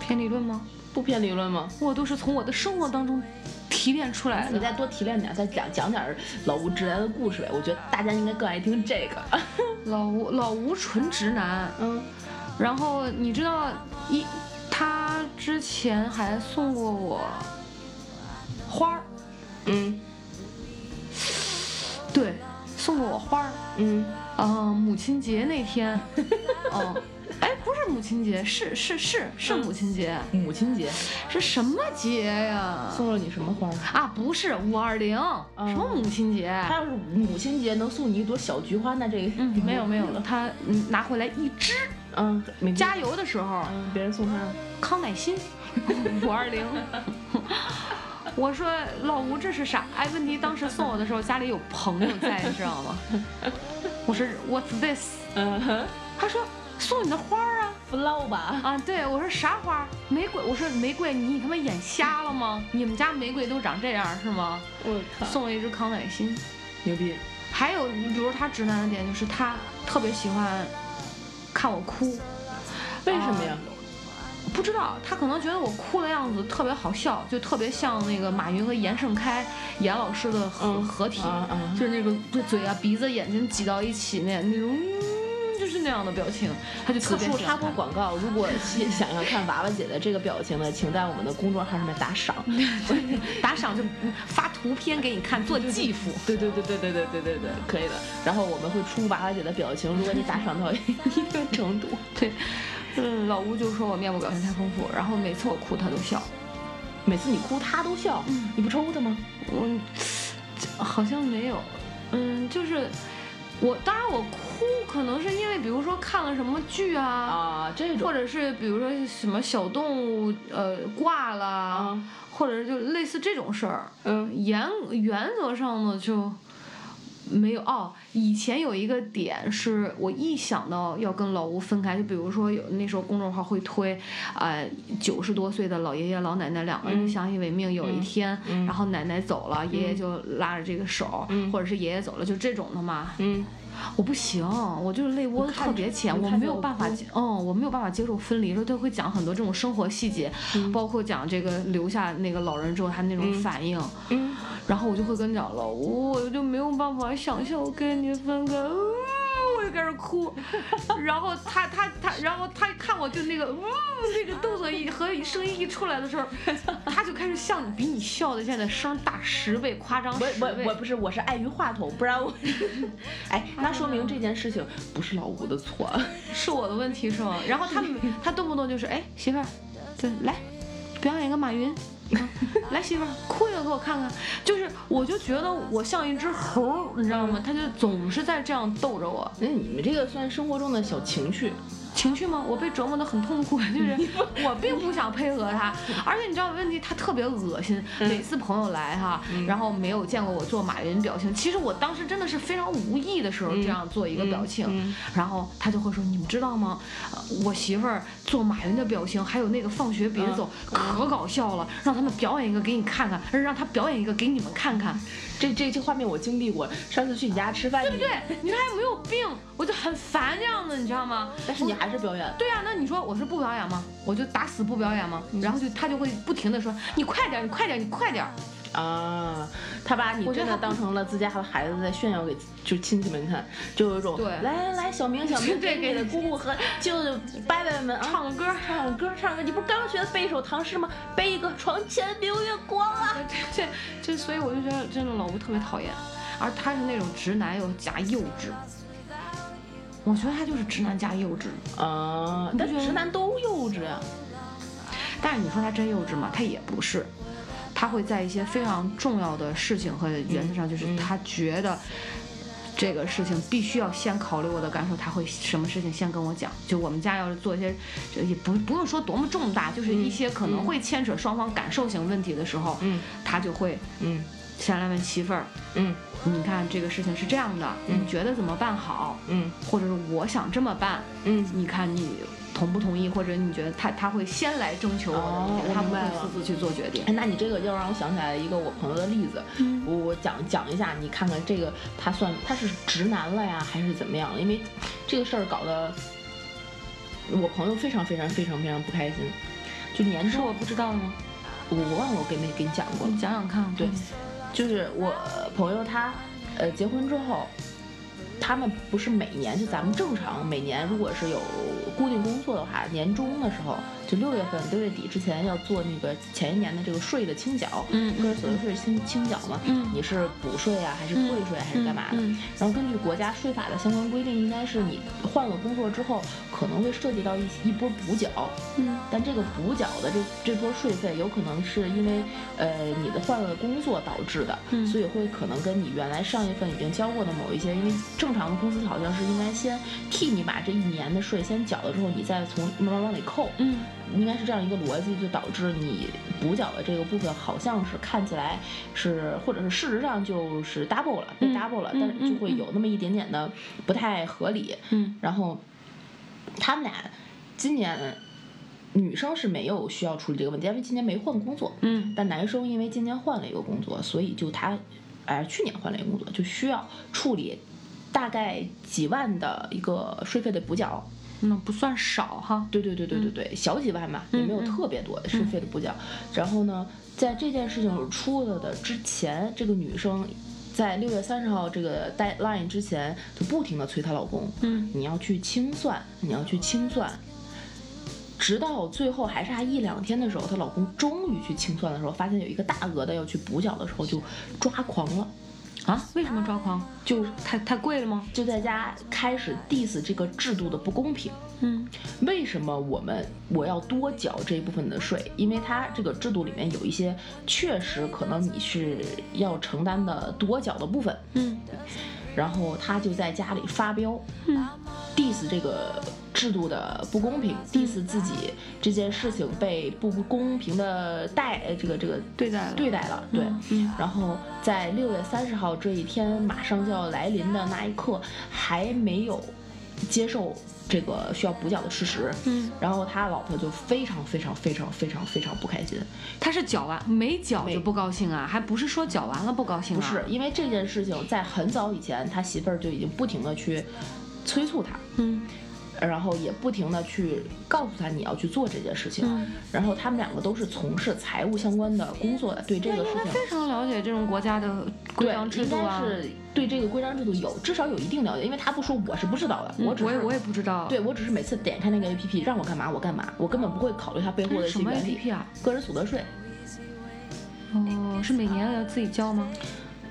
偏理论吗？不偏理论吗？我都是从我的生活当中提炼出来你的。再多提炼点，再讲讲点老吴直男的故事呗。我觉得大家应该更爱听这个。老吴，老吴纯直男，嗯，然后你知道一，他之前还送过我花儿， 嗯对，送过我花儿。嗯，嗯，母亲节那 天，嗯，哎，不是母亲节，是是是是母亲节。母亲节是什么节呀？送了你什么花儿？啊，不是五二零，什么母亲节？他要是母亲节能送你一朵小菊花，那这个嗯，没有没有，他嗯拿回来一支，嗯，每加油的时候，嗯别人送他康乃馨， 五二零。 我说老吴这是啥？哎，问题当时送我的时候家里有朋友在，你知道 吗？我说 What's this？嗯哼，他说送你的花儿啊不唠吧？啊！对我说啥花儿？玫瑰。我说玫瑰，你他妈眼瞎了吗？你们家玫瑰都长这样是 吗？我靠，送我一支康乃馨。牛逼！还有，你比如他直男的点就是他特别喜欢看我哭，为什么呀？不知道他可能觉得我哭的样子特别好笑，就特别像那个马云和严盛开严老师的合、嗯合体，啊啊就是那种就嘴啊鼻子眼睛挤到一起那那种，嗯就是那样的表情，他就特此别处喜插欢播看。广告，如果想想要看娃娃姐的这个表情呢，请在我们的公众号上面打赏。打赏就发图片给你看做继父，对对对对对对对对对，可以的。然后我们会出娃娃姐的表情，如果你打赏到一定程度，对。嗯，老吴就说我面部表情太丰富，然后每次我哭他都笑，每次你哭他都笑，你不抽他吗？我嗯好像没有，嗯，就是我，当然我哭可能是因为，比如说看了什么剧啊，啊，这种或者是比如说什么小动物呃挂了，啊或者是就类似这种事儿。嗯原原则上呢就没有哦。以前有一个点是我一想到要跟老吴分开，就比如说有那时候公众号会推，呃，九十多岁的老爷爷老奶奶两嗯个人就相依为命，有一天，然后奶奶走了，爷爷就拉着这个手，或者是爷爷走了，就这种的嘛。嗯，我不行，我就是泪窝特别浅，我我看着没有办法我哭接，嗯，我没有办法接受分离，说他会讲很多这种生活细节，嗯包括讲这个留下那个老人之后他那种反应，嗯，然后我就会跟你讲了，我我就没有办法想象我跟你分开，呃我就开始哭， 然后他他他，然后他看我就那个，呜、那个动作一和声音一出来的时候，他就开始笑你，比你笑的现在声儿大十倍，夸张十我倍。我我不是，我是碍于话筒，不然我，哎，那说明这件事情不是老吴的错，是我的问题是吗？然后他们他动不动就是哎媳妇儿，这来表演一个马云。 啊来媳妇儿，哭一个给我看看。就是，我就觉得我像一只猴儿，你知道吗？他就总是在这样逗着我，那你们这个算生活中的小情趣，情绪吗？我被折磨得很痛苦， 就是我并不想配合 他，而且你知道问题，他特别恶心。嗯每次朋友来哈，然后没有见过我做马云表情，其实我当时真的是非常无意的时嗯候这样做一个表情，然后他就会说：“你们知道吗？呃我媳妇儿做马云的表情，还有那个放学别嗯走，可搞笑了，让他们表演一个给你看看，让他表演一个给你们看看。”这这这画面我经历过，上次去你家吃饭，对不对，你说还有没有病？我就很烦这样的，你知道吗？但是你还是表演，对啊，那你说我是不表演吗？我就打死不表演吗？然后就他就会不停的说你快点儿，你快点儿，你快点儿。啊，他把你我觉真得的他当成了自家的孩子在炫耀给就亲戚们看，就有一种对来来来，小明小明，对给你的姑姑和舅舅伯伯们啊，唱个歌儿，唱个歌唱个歌，你不是刚学背一首唐诗吗？背一个床前明月光啊，对对这所以我就觉得真的老吴特别讨厌，而他是那种直男又加幼稚。我觉得他就是直男加幼稚，啊，你不但觉得直男都幼稚啊，但是你说他真幼稚吗？他也不是，他会在一些非常重要的事情和原则上，就是他觉得这个事情必须要先考虑我的感受，他会什么事情先跟我讲。就我们家要是做一些，就也不不用说多么重大，就是一些可能会牵扯双方感受型问题的时候，嗯他就会嗯先来问媳妇儿，嗯你看这个事情是这样的，嗯你觉得怎么办好？嗯或者是我想这么办，嗯，你看你同不同意，或者你觉得他他会先来征求我的哦意见，我他明不白会了私自去做决定。哎，那你这个又让我想起来一个我朋友的例子，我我讲讲一下，你看看这个他算他是直男了呀，还是怎么样了？因为这个事儿搞得我朋友非常非常非常非常不开心。就年是终，我不知道的吗？我我忘了我给没给你讲过了你。讲讲看。对嗯，就是我朋友他，呃，结婚之后，他们不是每年就咱们正常每年如果是有固定工作的话，年终的时候就六月份六月底之前要做那个前一年的这个税的清缴，嗯个人所得税清清缴嘛，嗯你是补税啊，还是退税啊，还是干嘛的？嗯嗯然后根据国家税法的相关规定，应该是你换了工作之后，可能会涉及到一一波补缴，嗯但这个补缴的这这波税费，有可能是因为呃你的换了工作导致的，嗯所以会可能跟你原来上一份已经交过的某一些，因为正常的公司好像是应该先替你把这一年的税先缴了之后，你再从慢慢往里扣，嗯应该是这样一个逻辑，就导致你补缴的这个部分好像是看起来是，或者是事实上就是 double 了，被嗯 double 了，嗯但是嗯就会有那么一点点的不太合理，嗯然后他们俩今年女生是没有需要处理这个问题，因为今年没换工作。嗯但男生因为今年换了一个工作，所以就他，哎，去年换了一个工作，就需要处理大概几万的一个税费的补缴。那不算少哈。对对对对对对，小几万吧，也没有嗯嗯特别多税费的补缴。然后呢，在这件事情出了的之前，这个女生在六月三十号这个 deadline 之前，就不停的催她老公，嗯你要去清算，你要去清算。直到最后还差一两天的时候，她老公终于去清算的时候，发现有一个大额的要去补缴的时候，就抓狂了，啊？为什么抓狂？就太太贵了吗？就在家开始 diss 这个制度的不公平。嗯为什么我们我要多缴这一部分的税？因为它这个制度里面有一些确实可能你是要承担的多缴的部分，嗯然后他就在家里发飙，嗯 diss 这个制度的不公平，diss 自己这件事情被不公平的待呃这个这个对待了对待了，对。嗯然后在六月三十号这一天马上就要来临的那一刻，还没有接受这个需要补缴的事实，嗯，然后他老婆就非常非常非常非常非常不开心，他是缴完没缴没就不高兴啊？还不是说缴完了不高兴啊？不是，因为这件事情在很早以前，他媳妇儿就已经不停的去催促他，嗯然后也不停的去告诉他你要去做这件事情，嗯，然后他们两个都是从事财务相关的工作的，对这那个事应该情。非常了解这种国家的规对章，制应度该啊。是对这个规章制度有至少有一定了解，因为他不说我是不知道的，嗯我只我也是我也不知道。对我只是每次点开那个 A P P 让我干嘛我干嘛，我根本不会考虑它背后这的是一些什么原 APP 理。啊？个人所得税，哦，是每年要自己交吗？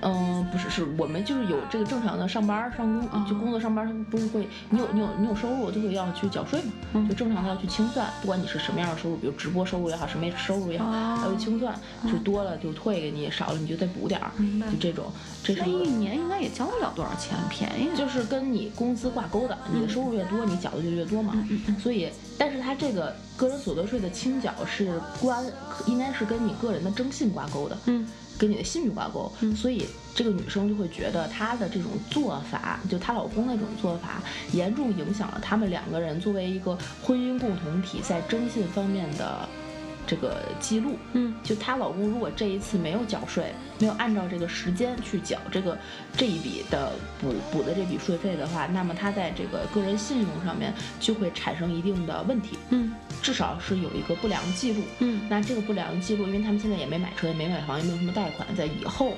嗯，不是，是我们就是有这个正常的上班儿上工、嗯就工作上班儿，他不是会你有你有你有收入就会要去缴税嘛，嗯就正常的要去清算，不管你是什么样的收入，比如直播收入也好，什么收入也好，哦要去清算，就多了就退给你，少了你就再补点儿，明白就这种，这是那一个一年应该也交不了多少钱，便宜。就是跟你工资挂钩的，你的收入越多，你缴的就越多嘛。所以，但是它这个个人所得税的清缴是关，应该是跟你个人的征信挂钩的，嗯，跟你的信誉挂钩。所以这个女生就会觉得她的这种做法，就她老公那种做法，严重影响了他们两个人作为一个婚姻共同体在征信方面的这个记录。嗯，就她老公如果这一次没有缴税，没有按照这个时间去缴这个这一笔的补补的这笔税费的话，那么她在这个个人信用上面就会产生一定的问题，嗯至少是有一个不良记录。嗯那这个不良记录，因为他们现在也没买车，也没买房，也没有什么贷款，在以后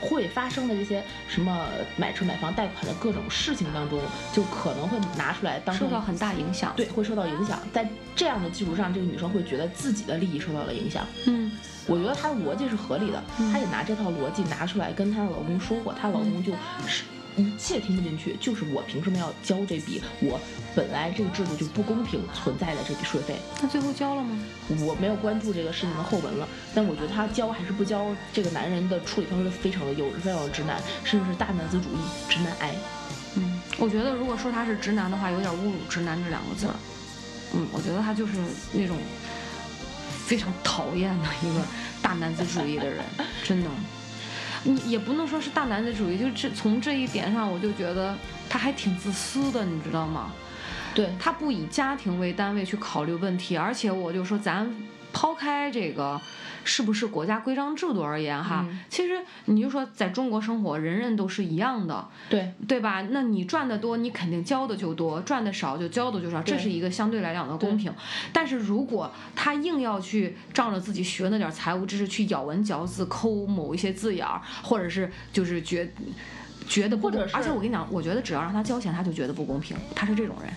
会发生的这些什么买车、买房、贷款的各种事情当中，就可能会拿出来当受成到很大影响。，对会受到影响。在这样的基础上，这个女生会觉得自己的利益受到了影响。嗯我觉得嗯她的逻辑是合理的，她也拿这套逻辑拿出来跟她的老公说过，她老公就是一切听不进去，就是我凭什么要交这笔我本来这个制度就不公平存在的这笔税费？那最后交了吗？我没有关注这个事情的后文了，但我觉得他交还是不交，这个男人的处理方式非常的幼稚，非常的直男，甚至是大男子主义、直男癌。嗯，我觉得如果说他是直男的话，有点侮辱“直男”这两个字儿。嗯，我觉得他就是那种非常讨厌的一个大男子主义的 人，真的。你也不能说是大男子主义，就这从这一点上，我就觉得他还挺自私的，你知道吗？对他不以家庭为单位去考虑问题，而且我就说，咱抛开这个是不是国家规章制度而言哈，嗯其实你就说在中国生活，人人都是一样的，对，对吧？那你赚的多，你肯定交的就多；赚的少就交的就少，对这是一个相对来讲的公平。但是如果他硬要去仗着自己学那点财务知识去咬文嚼字、抠某一些字眼儿，或者是就是觉觉得不或者公，是而且我跟你讲，我觉得只要让他交钱，他就觉得不公平，他是这种人。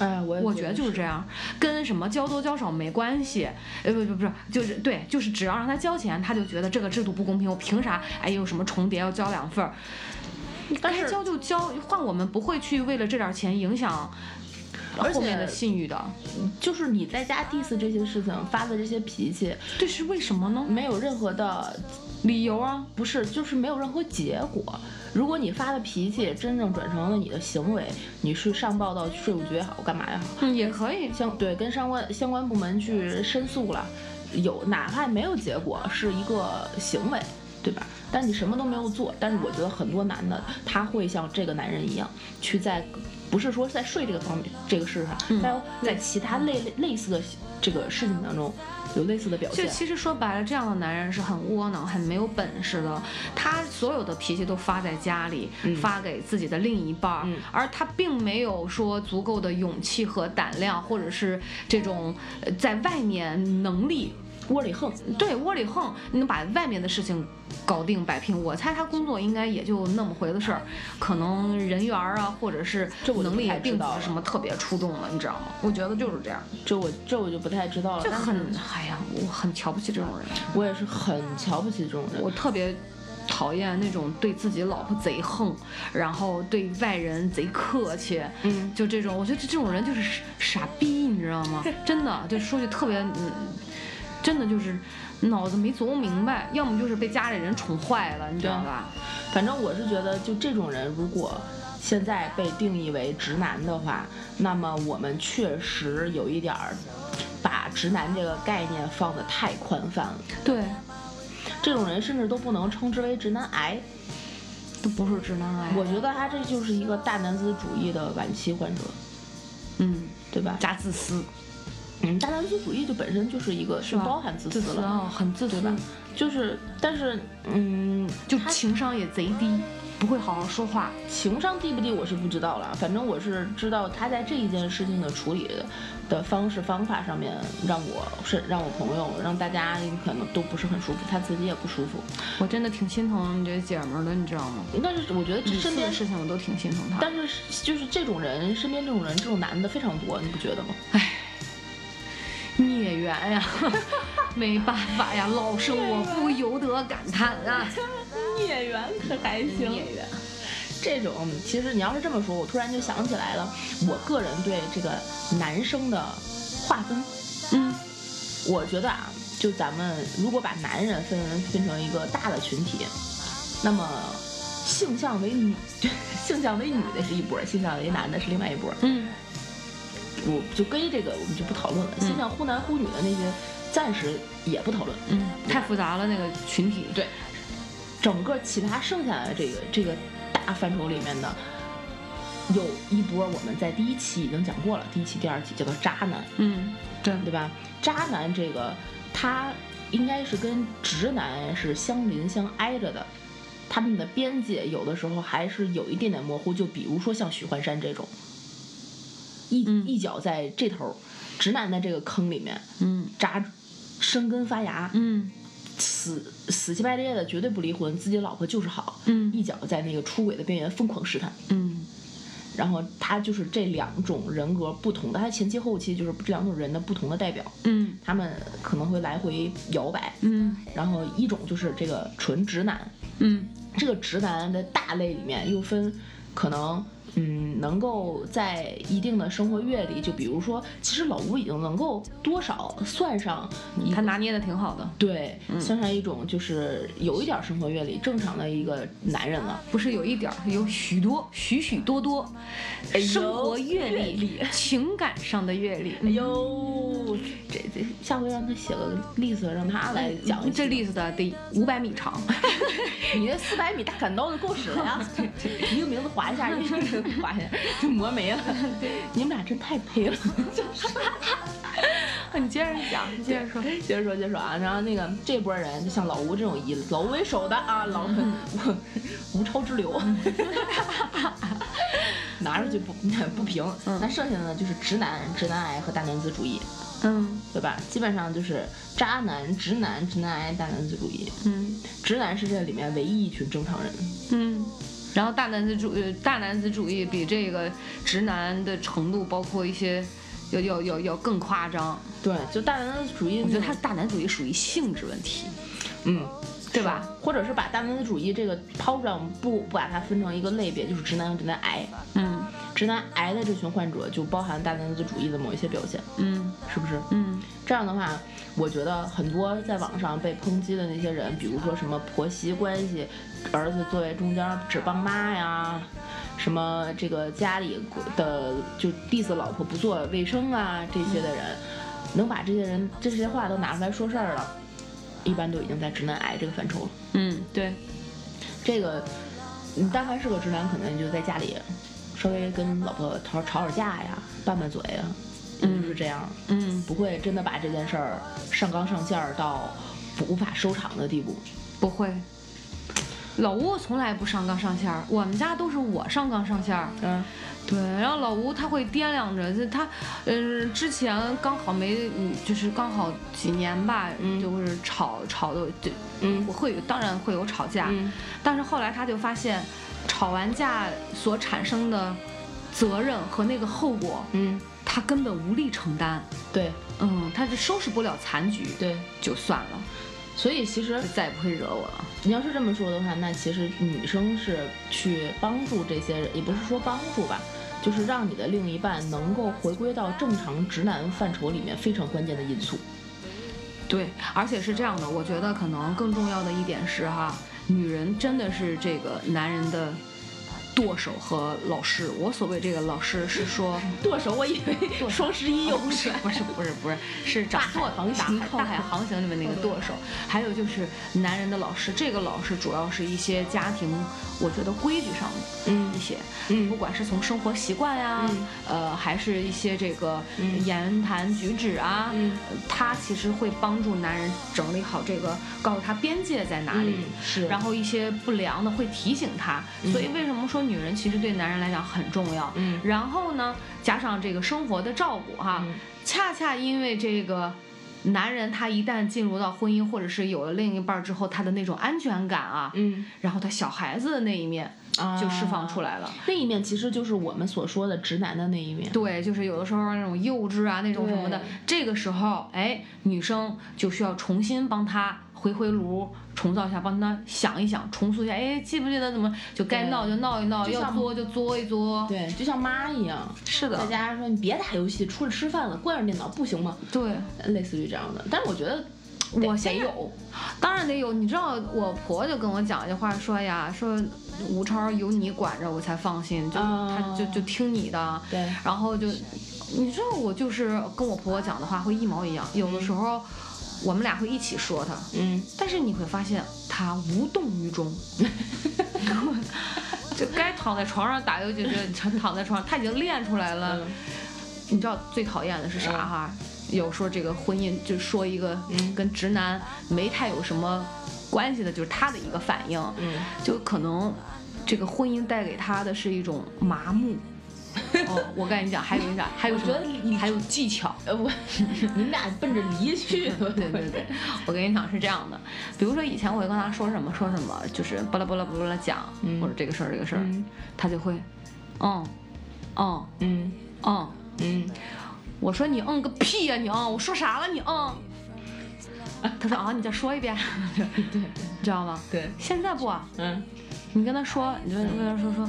哎，我也。我觉得就是是这样，跟什么交多交少没关系，呃不不不是，就是对，就是只要让他交钱，他就觉得这个制度不公平，我凭啥哎有什么重叠要交两份儿？但该是交就交，换我们不会去为了这点钱影响而后面的且信誉的。就是你在家 diss 这些事情，发的这些脾气，这是为什么呢？没有任何的理由啊，不是，就是没有任何结果。如果你发的脾气真正转成了你的行为，你去上报到税务局也好，干嘛也好，嗯，也可以。相对跟相关相关部门去申诉了，有哪怕没有结果，是一个行为，对吧？但你什么都没有做，但是我觉得很多男的他会像这个男人一样，去在不是说在睡这个方面这个事上，嗯但在其他类类似的这个事情当中有类似的表就现。其实说白了，这样的男人是很窝囊、很没有本事的。他所有的脾气都发在家里，嗯发给自己的另一半儿，嗯而他并没有说足够的勇气和胆量，或者是这种呃在外面能力窝里横，对，窝里横，你能把外面的事情搞定摆平。我猜他工作应该也就那么回的事儿，可能人缘儿啊，或者是这我就能力不也太知并不道是了什么特别出众的，你知道吗？我觉得就是这样，这我这我就不太知道了。就但是很，哎呀，我很瞧不起这种人，我也是很瞧不起这种人。我特别。讨厌那种对自己老婆贼横，然后对外人贼客气，嗯，就这种，我觉得这种人就是傻傻逼，你知道吗？ 真的，就说句特别，嗯，真的就是脑子没琢磨明白，要么就是被家里人宠坏了，你知道吧？反正我是觉得，就这种人，如果现在被定义为直男的话，那么我们确实有一点儿把直男这个概念放得太宽泛了。对，这种人甚至都不能称之为直男癌。都不是直男癌。我觉得他这就是一个大男子主义的晚期患者，嗯，对吧？加自私，嗯，大男子主义就本身就是一个是就吧？包含自自私了，啊，很自私对吧？就是，但是，嗯，就他情商也贼低，不会好好说话。情商低不低我是不知道了，反正我是知道他在这一件事情的处理的方式方法上面，让我是让我朋友让大家可能都不是很舒服，他自己也不舒服。我真的挺心疼你这姐们儿的，你知道吗？但是我觉得这每身次边的，事情我都挺心疼她。但是就是这种人，身边这种人，这种男的非常多，你不觉得吗？孽缘呀，没办法呀，老生我不由得感叹啊。孽缘可还行孽缘这种其实你要是这么说，我突然就想起来了，我个人对这个男生的划分嗯我觉得啊，就咱们如果把男人分分成一个大的群体，那么性向为女， 性向为女的是一波，性向为男的是另外一波。嗯我就跟这个我们就不讨论了，嗯性向忽男忽女的那些暂时也不讨论。嗯，太复杂了那个群体。对，整个其他剩下的这个这个大范畴里面的，有一波我们在第一期已经讲过了，第一期、第二期叫做渣男。嗯，对，对吧？渣男这个，他应该是跟直男是相邻相挨着的，他们的边界有的时候还是有一点点模糊。就比如说像许幻山这种，一、嗯一脚在这头儿，直男在这个坑里面嗯扎生根发芽，嗯死死乞白赖的绝对不离婚，自己老婆就是好，嗯一脚在那个出轨的边缘疯狂试探。嗯然后他就是这两种人格不同的，他前期后期就是这两种人的不同的代表。嗯他们可能会来回摇摆。嗯然后一种就是这个纯直男，嗯这个直男的大类里面又分可能嗯能够在一定的生活阅历，就比如说，其实老吴已经能够多少算上一他拿捏的挺好的，对，算上一种就是有一点生活阅历正常的一个男人了。不是有一点儿，有许多许许多多哎呦生活阅阅历、情感上的阅历。哎呦，这这下回让他写个 list，让他来讲一嗯这期例子的得五百米长，你那四百米大砍刀就够使了 呀，一个名字划一下，一个名字划一下就磨没 了。你们俩真太配了。你接着讲，你接着 说。接着说，接着说啊，然后那个这波人就像老吴这种以老吴为首的啊，老 吴吴超之流， 拿出去不 不平。那剩下的呢，就是直男、直男癌和大男子主义，嗯对吧？基本上就是渣男、直男、直男癌、大男子主义。嗯直男是这里面唯一一群正常人，嗯。然后大男子主呃大男子主义比这个直男的程度，包括一些要要要要更夸张。对，就大男子主义我那种，觉得他大男子主义属于性质问题，嗯，对吧？或者是把大男子主义这个抛出来，我们不不把它分成一个类别，就是直男和直男癌。嗯直男癌的这群患者就包含大男子主义的某一些表现，嗯是不是？嗯这样的话，我觉得很多在网上被抨击的那些人，比如说什么婆媳关系，儿子作为中间只帮妈呀，什么这个家里的就 diss 老婆不做卫生啊这些的人，能把这些人这些话都拿出来说事儿了，一般都已经在直男癌这个范畴了。嗯，对，这个，你但凡是个直男，可能就在家里稍微跟老婆吵吵吵架呀，拌拌嘴呀，就是这样，嗯不会真的把这件事儿上纲上线儿到无法收场的地步。不会。老吴从来不上纲上线儿，我们家都是我上纲上线儿。嗯对，然后老吴他会掂量着，就他，呃，之前刚好没，嗯就是刚好几年吧，嗯就是吵吵的，就嗯我会有，当然会有吵架，嗯但是后来他就发现，吵完架所产生的责任和那个后果，嗯，他根本无力承担，对嗯，他就收拾不了残局，对，就算了，所以其实就再也不会惹我了。你要是这么说的话，那其实女生是去帮助这些人，也不是说帮助吧。就是让你的另一半能够回归到正常直男范畴里面非常关键的因素。对，而且是这样的，我觉得可能更重要的一点是哈，女人真的是这个男人的舵手和老师。我所谓这个老师是说，剁手，我以为剁手双十一又不 是 不是不是不是是掌舵大海航行大海大海航行里面那个舵手，还有就是男人的老师。这个老师主要是一些家庭，我觉得规矩上的嗯一些，嗯不管是从生活习惯呀、嗯呃，还是一些这个嗯言谈举止啊，嗯呃他其实会帮助男人整理好这个，告诉他边界在哪里。嗯是，然后一些不良的会提醒他，嗯所以为什么说女人其实对男人来讲很重要？嗯然后呢，加上这个生活的照顾哈，嗯恰恰因为这个。男人他一旦进入到婚姻，或者是有了另一半之后，他的那种安全感啊，嗯然后他小孩子的那一面啊就释放出来了。那一面其实就是我们所说的直男的那一面，对，就是有的时候那种幼稚啊，那种什么的对，这个时候，哎，女生就需要重新帮他回回炉，重造一下，帮他想一想，重塑一下，哎，记不记得怎么就该对闹就闹一闹，就要像作就作一作。对，就像妈一样，是在的，家说你别打游戏，出来吃饭了，关上电脑不行吗？对，类似于这样的，但是我觉得得我现得在有，当然得有。你知道，我婆就跟我讲一句话，说呀，说吴超有你管着我才放心，就、他就啊就听你的。对，然后就，你知道我就是跟我婆婆讲的话会一毛一样，有的时候我们俩会一起说她，嗯，但是你会发现她无动 于衷，就该躺在床上打游戏就躺在床上，她已经练出来了。嗯你知道最讨厌的是啥嗯哈？有说这个婚姻就说一个嗯跟直男没太有什么关系的，就是他的一个反应，嗯，就可能这个婚姻带给他的是一种 麻木。哦，我跟你讲，还有一啥，还有什么我觉得理还有技巧。呃， 我你们俩奔着离去的， 对对对，我跟你讲是这样的，比如说以前我会跟他说什么说什么，就是巴拉巴拉巴拉讲，嗯或者这个事儿这个事儿，嗯他就会，嗯，嗯嗯嗯，嗯，我说你嗯个屁呀、你嗯，我说啥了你 嗯，他说啊你再说一遍， 对对你知道吗？对，现在不啊，嗯你跟他说，你就跟他说说，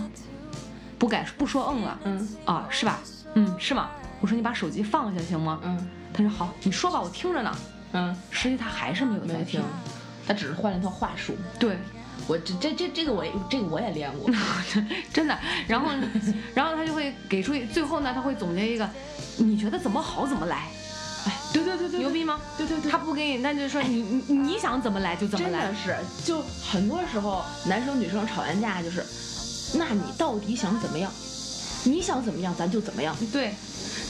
不敢不说嗯了，嗯啊，是吧？嗯，是吗？我说你把手机放下行吗？嗯他说好，你说吧，我听着呢。嗯，实际他还是没有没在有听听。，他只是换了一套话术。对，我这这这这个我也这个我也练 过，真的。然后，然后他就会给出最后呢，他会总结一个，你觉得怎么好怎么来，哎，对对对对，牛逼吗？对，对对对，他不给你，那就说你你你想怎么来就怎么真来的。是，就很多时候男生女生吵完架就是，那你到底想怎么样？你想怎么样，咱就怎么样。对，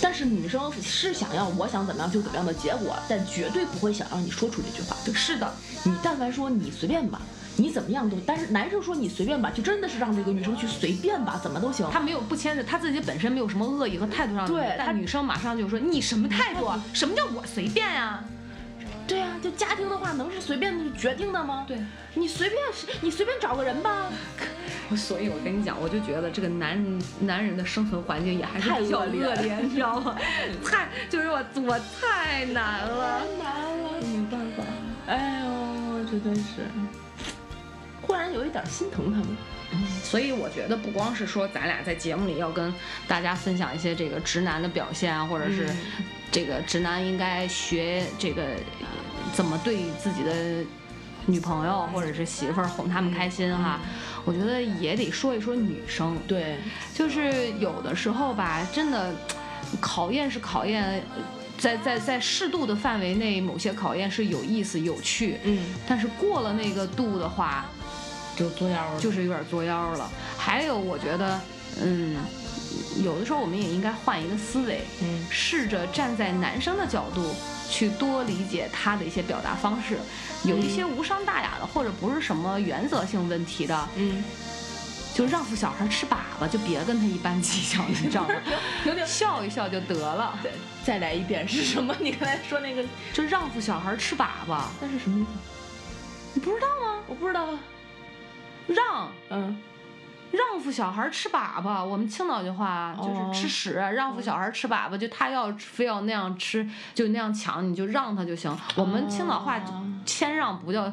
但是女生是想要我想怎么样就怎么样的结果，但绝对不会想让你说出这句话。是的，你但凡说你随便吧，你怎么样都，但是男生说你随便吧，就真的是让这个女生去随便吧，怎么都行。他没有不牵扯，他自己本身没有什么恶意和态度上的。对他但女生马上就说你什么态度啊？什么叫我随便呀、对呀、就家庭的话能是随便决定的吗？，对，你随便你随便找个人 吧，所以我跟你讲，我就觉得这个男人男人的生存环境也还是太比较恶恶劣了 劣，你知道吗？太就是我我太难了。难了，没办法，哎呦，真的是，忽然有一点心疼他们。所以我觉得不光是说咱俩在节目里要跟大家分享一些这个直男的表现啊，或者是嗯这个直男应该学这个呃怎么对自己的女朋友或者是媳妇儿哄他们开心哈、我觉得也得说一说女生，对，就是有的时候吧，真的考验是考验，呃在在在适度的范围内，某些考验是有意思有趣，嗯，但是过了那个度的话，就作妖了，就是有点作妖了。还有，我觉得，嗯，有的时候我们也应该换一个思维，嗯试着站在男生的角度去多理解他的一些表达方式，有一些无伤大雅的，或者不是什么原则性问题的，嗯，就让付小孩吃粑粑，就别跟他一般计较，你知道吗？有点笑一笑就得了，再再来一遍是什么？你刚才说那个就让付小孩吃粑粑，那是什么意思？你不知道吗？我不知道啊。让嗯，让付小孩吃粑粑，我们青岛的话哦就是吃屎，让付小孩吃粑粑，就他要非要那样吃，就那样抢，你就让他就行。我们青岛话哦谦让不叫，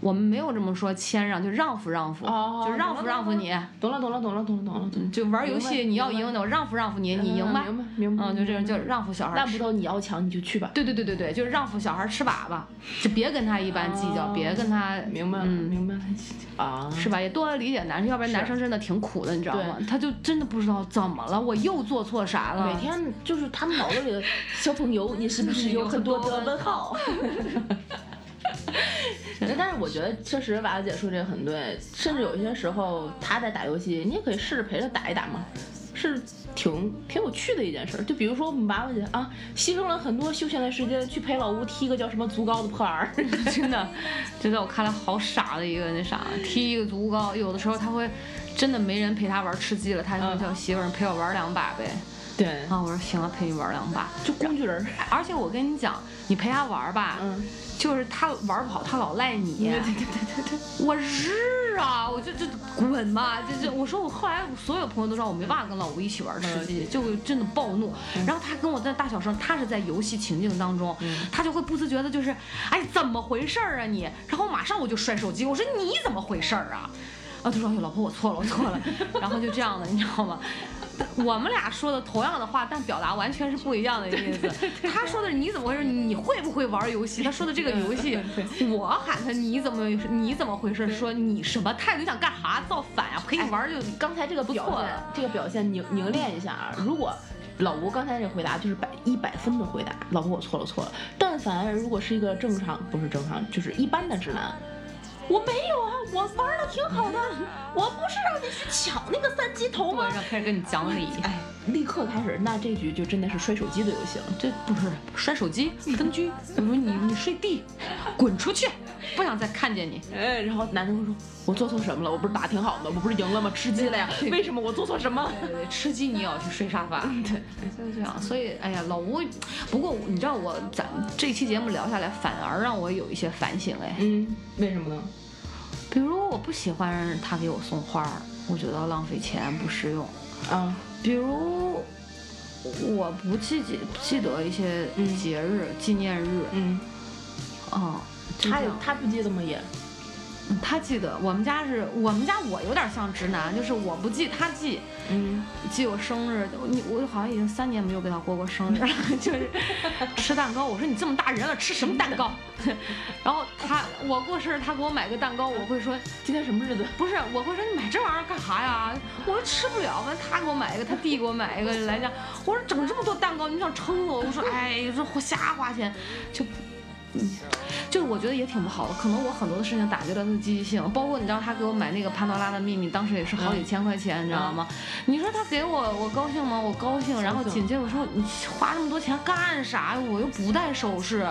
我们没有这么说谦让，就让付让付，哦就让付让付你，懂了，懂了，懂了，懂了，懂了。懂了嗯就玩游明白戏你要赢的，我让付让付你，你赢吧，明白，明白。嗯，就这样明白就让付小孩烂吃葡。萄你要强你就去吧。对对对对对，就是让付小孩吃粑粑，就别跟他一般计较，哦别跟他明白了，嗯明白了。啊，是吧？也多理解男生，要不然是男生真的挺苦的，你知道吗？他就真的不知道怎么了，我又做错啥了。每天就是他们脑子里的小朋 友，你是不是有很多的问号？ 但是我觉得确实娃娃姐说这个很对，甚至有些时候她在打游戏，你也可以试着陪着打一打嘛，是挺挺有趣的一件事儿。就比如说我们娃娃姐啊，牺牲了很多休闲的时间去陪老吴踢个叫什么足高的破儿， 真的，就在我看来好傻的一个那啥，踢一个足高，有的时候他会真的没人陪他玩吃鸡了，他就会嗯叫媳妇儿陪我玩两把呗。对，啊，我说行了，陪你玩两把。就工具人儿，而且我跟你讲，你陪他玩吧，嗯，就是他玩不好，他老赖 你。对对对对对对，我日啊！我就就滚吧！这这，我说我后来我所有朋友都知道我没办法跟老吴一起玩嗯吃鸡，就真的暴怒。然后他跟我在大小声，他是在游戏情境当中，他就会不自觉的就是，哎，怎么回事儿啊你？然后马上我就摔手机，我说你怎么回事儿啊？啊，他说哎呦老婆我错了我错了，然后就这样的你知道吗？我们俩说的同样的话，但表达完全是不一样的 意思。他说的是你怎么回事？你会不会玩游戏？他说的这个游戏，我喊他你怎么你怎么回事？说你什么态度？你想干啥？造反呀、陪你玩就刚才这个表错现，这个表现凝凝练一下啊，如果。老吴刚才这回答就是百一百分的回答，老吴我错了错了。但凡如果是一个正常，不是正常，就是一般的直男，我没有啊，我玩的挺 好的，我不是让你去抢那个三级头吗晚？上开始跟你讲理。哎，立刻开始，那这局就真的是摔手机的游戏了。这不是摔手机、分居，我说你你睡地，滚出去，不想再看见 你。哎，然后男生会说，我做错什么了？我不是打挺好的，我不是赢了吗？吃鸡了呀？为什么我做错什么了？对对对，吃鸡你也要去睡沙发，对，就是这样。所以，哎呀，老吴，不过你知道我咱这期节目聊下来，反而让我有一些反省哎。嗯，为什么呢？比如我不喜欢他给我送花儿，我觉得浪费钱不实用。啊，比如我不记记记得一些嗯节日、纪念日，嗯，嗯，就他这有样他不记得吗？也，嗯他记得我们家是我们家我有点像直男，就是我不记他记，嗯，记我生日，你我好像已经三年没有给他过过生日了， 就是吃蛋糕。我说你这么大人了，吃什么蛋糕？ 然后他我过生日，他给我买个蛋糕，我会说今天什么日子？不是，我会说你买这玩意儿干啥呀？我说吃不了吧，他给我买一个，他弟给我买一个，来讲，我说整这么多蛋糕，你想撑我？我说哎，这瞎花钱，就。嗯，就是我觉得也挺不好的，可能我很多的事情打击了他的积极性，包括你知道他给我买那个潘多拉的秘密，当时也是好几千块钱，你知道吗？你说他给我，我高兴吗？我嗯高兴，然后紧接着我说你花那么多钱干啥？我又不戴首饰，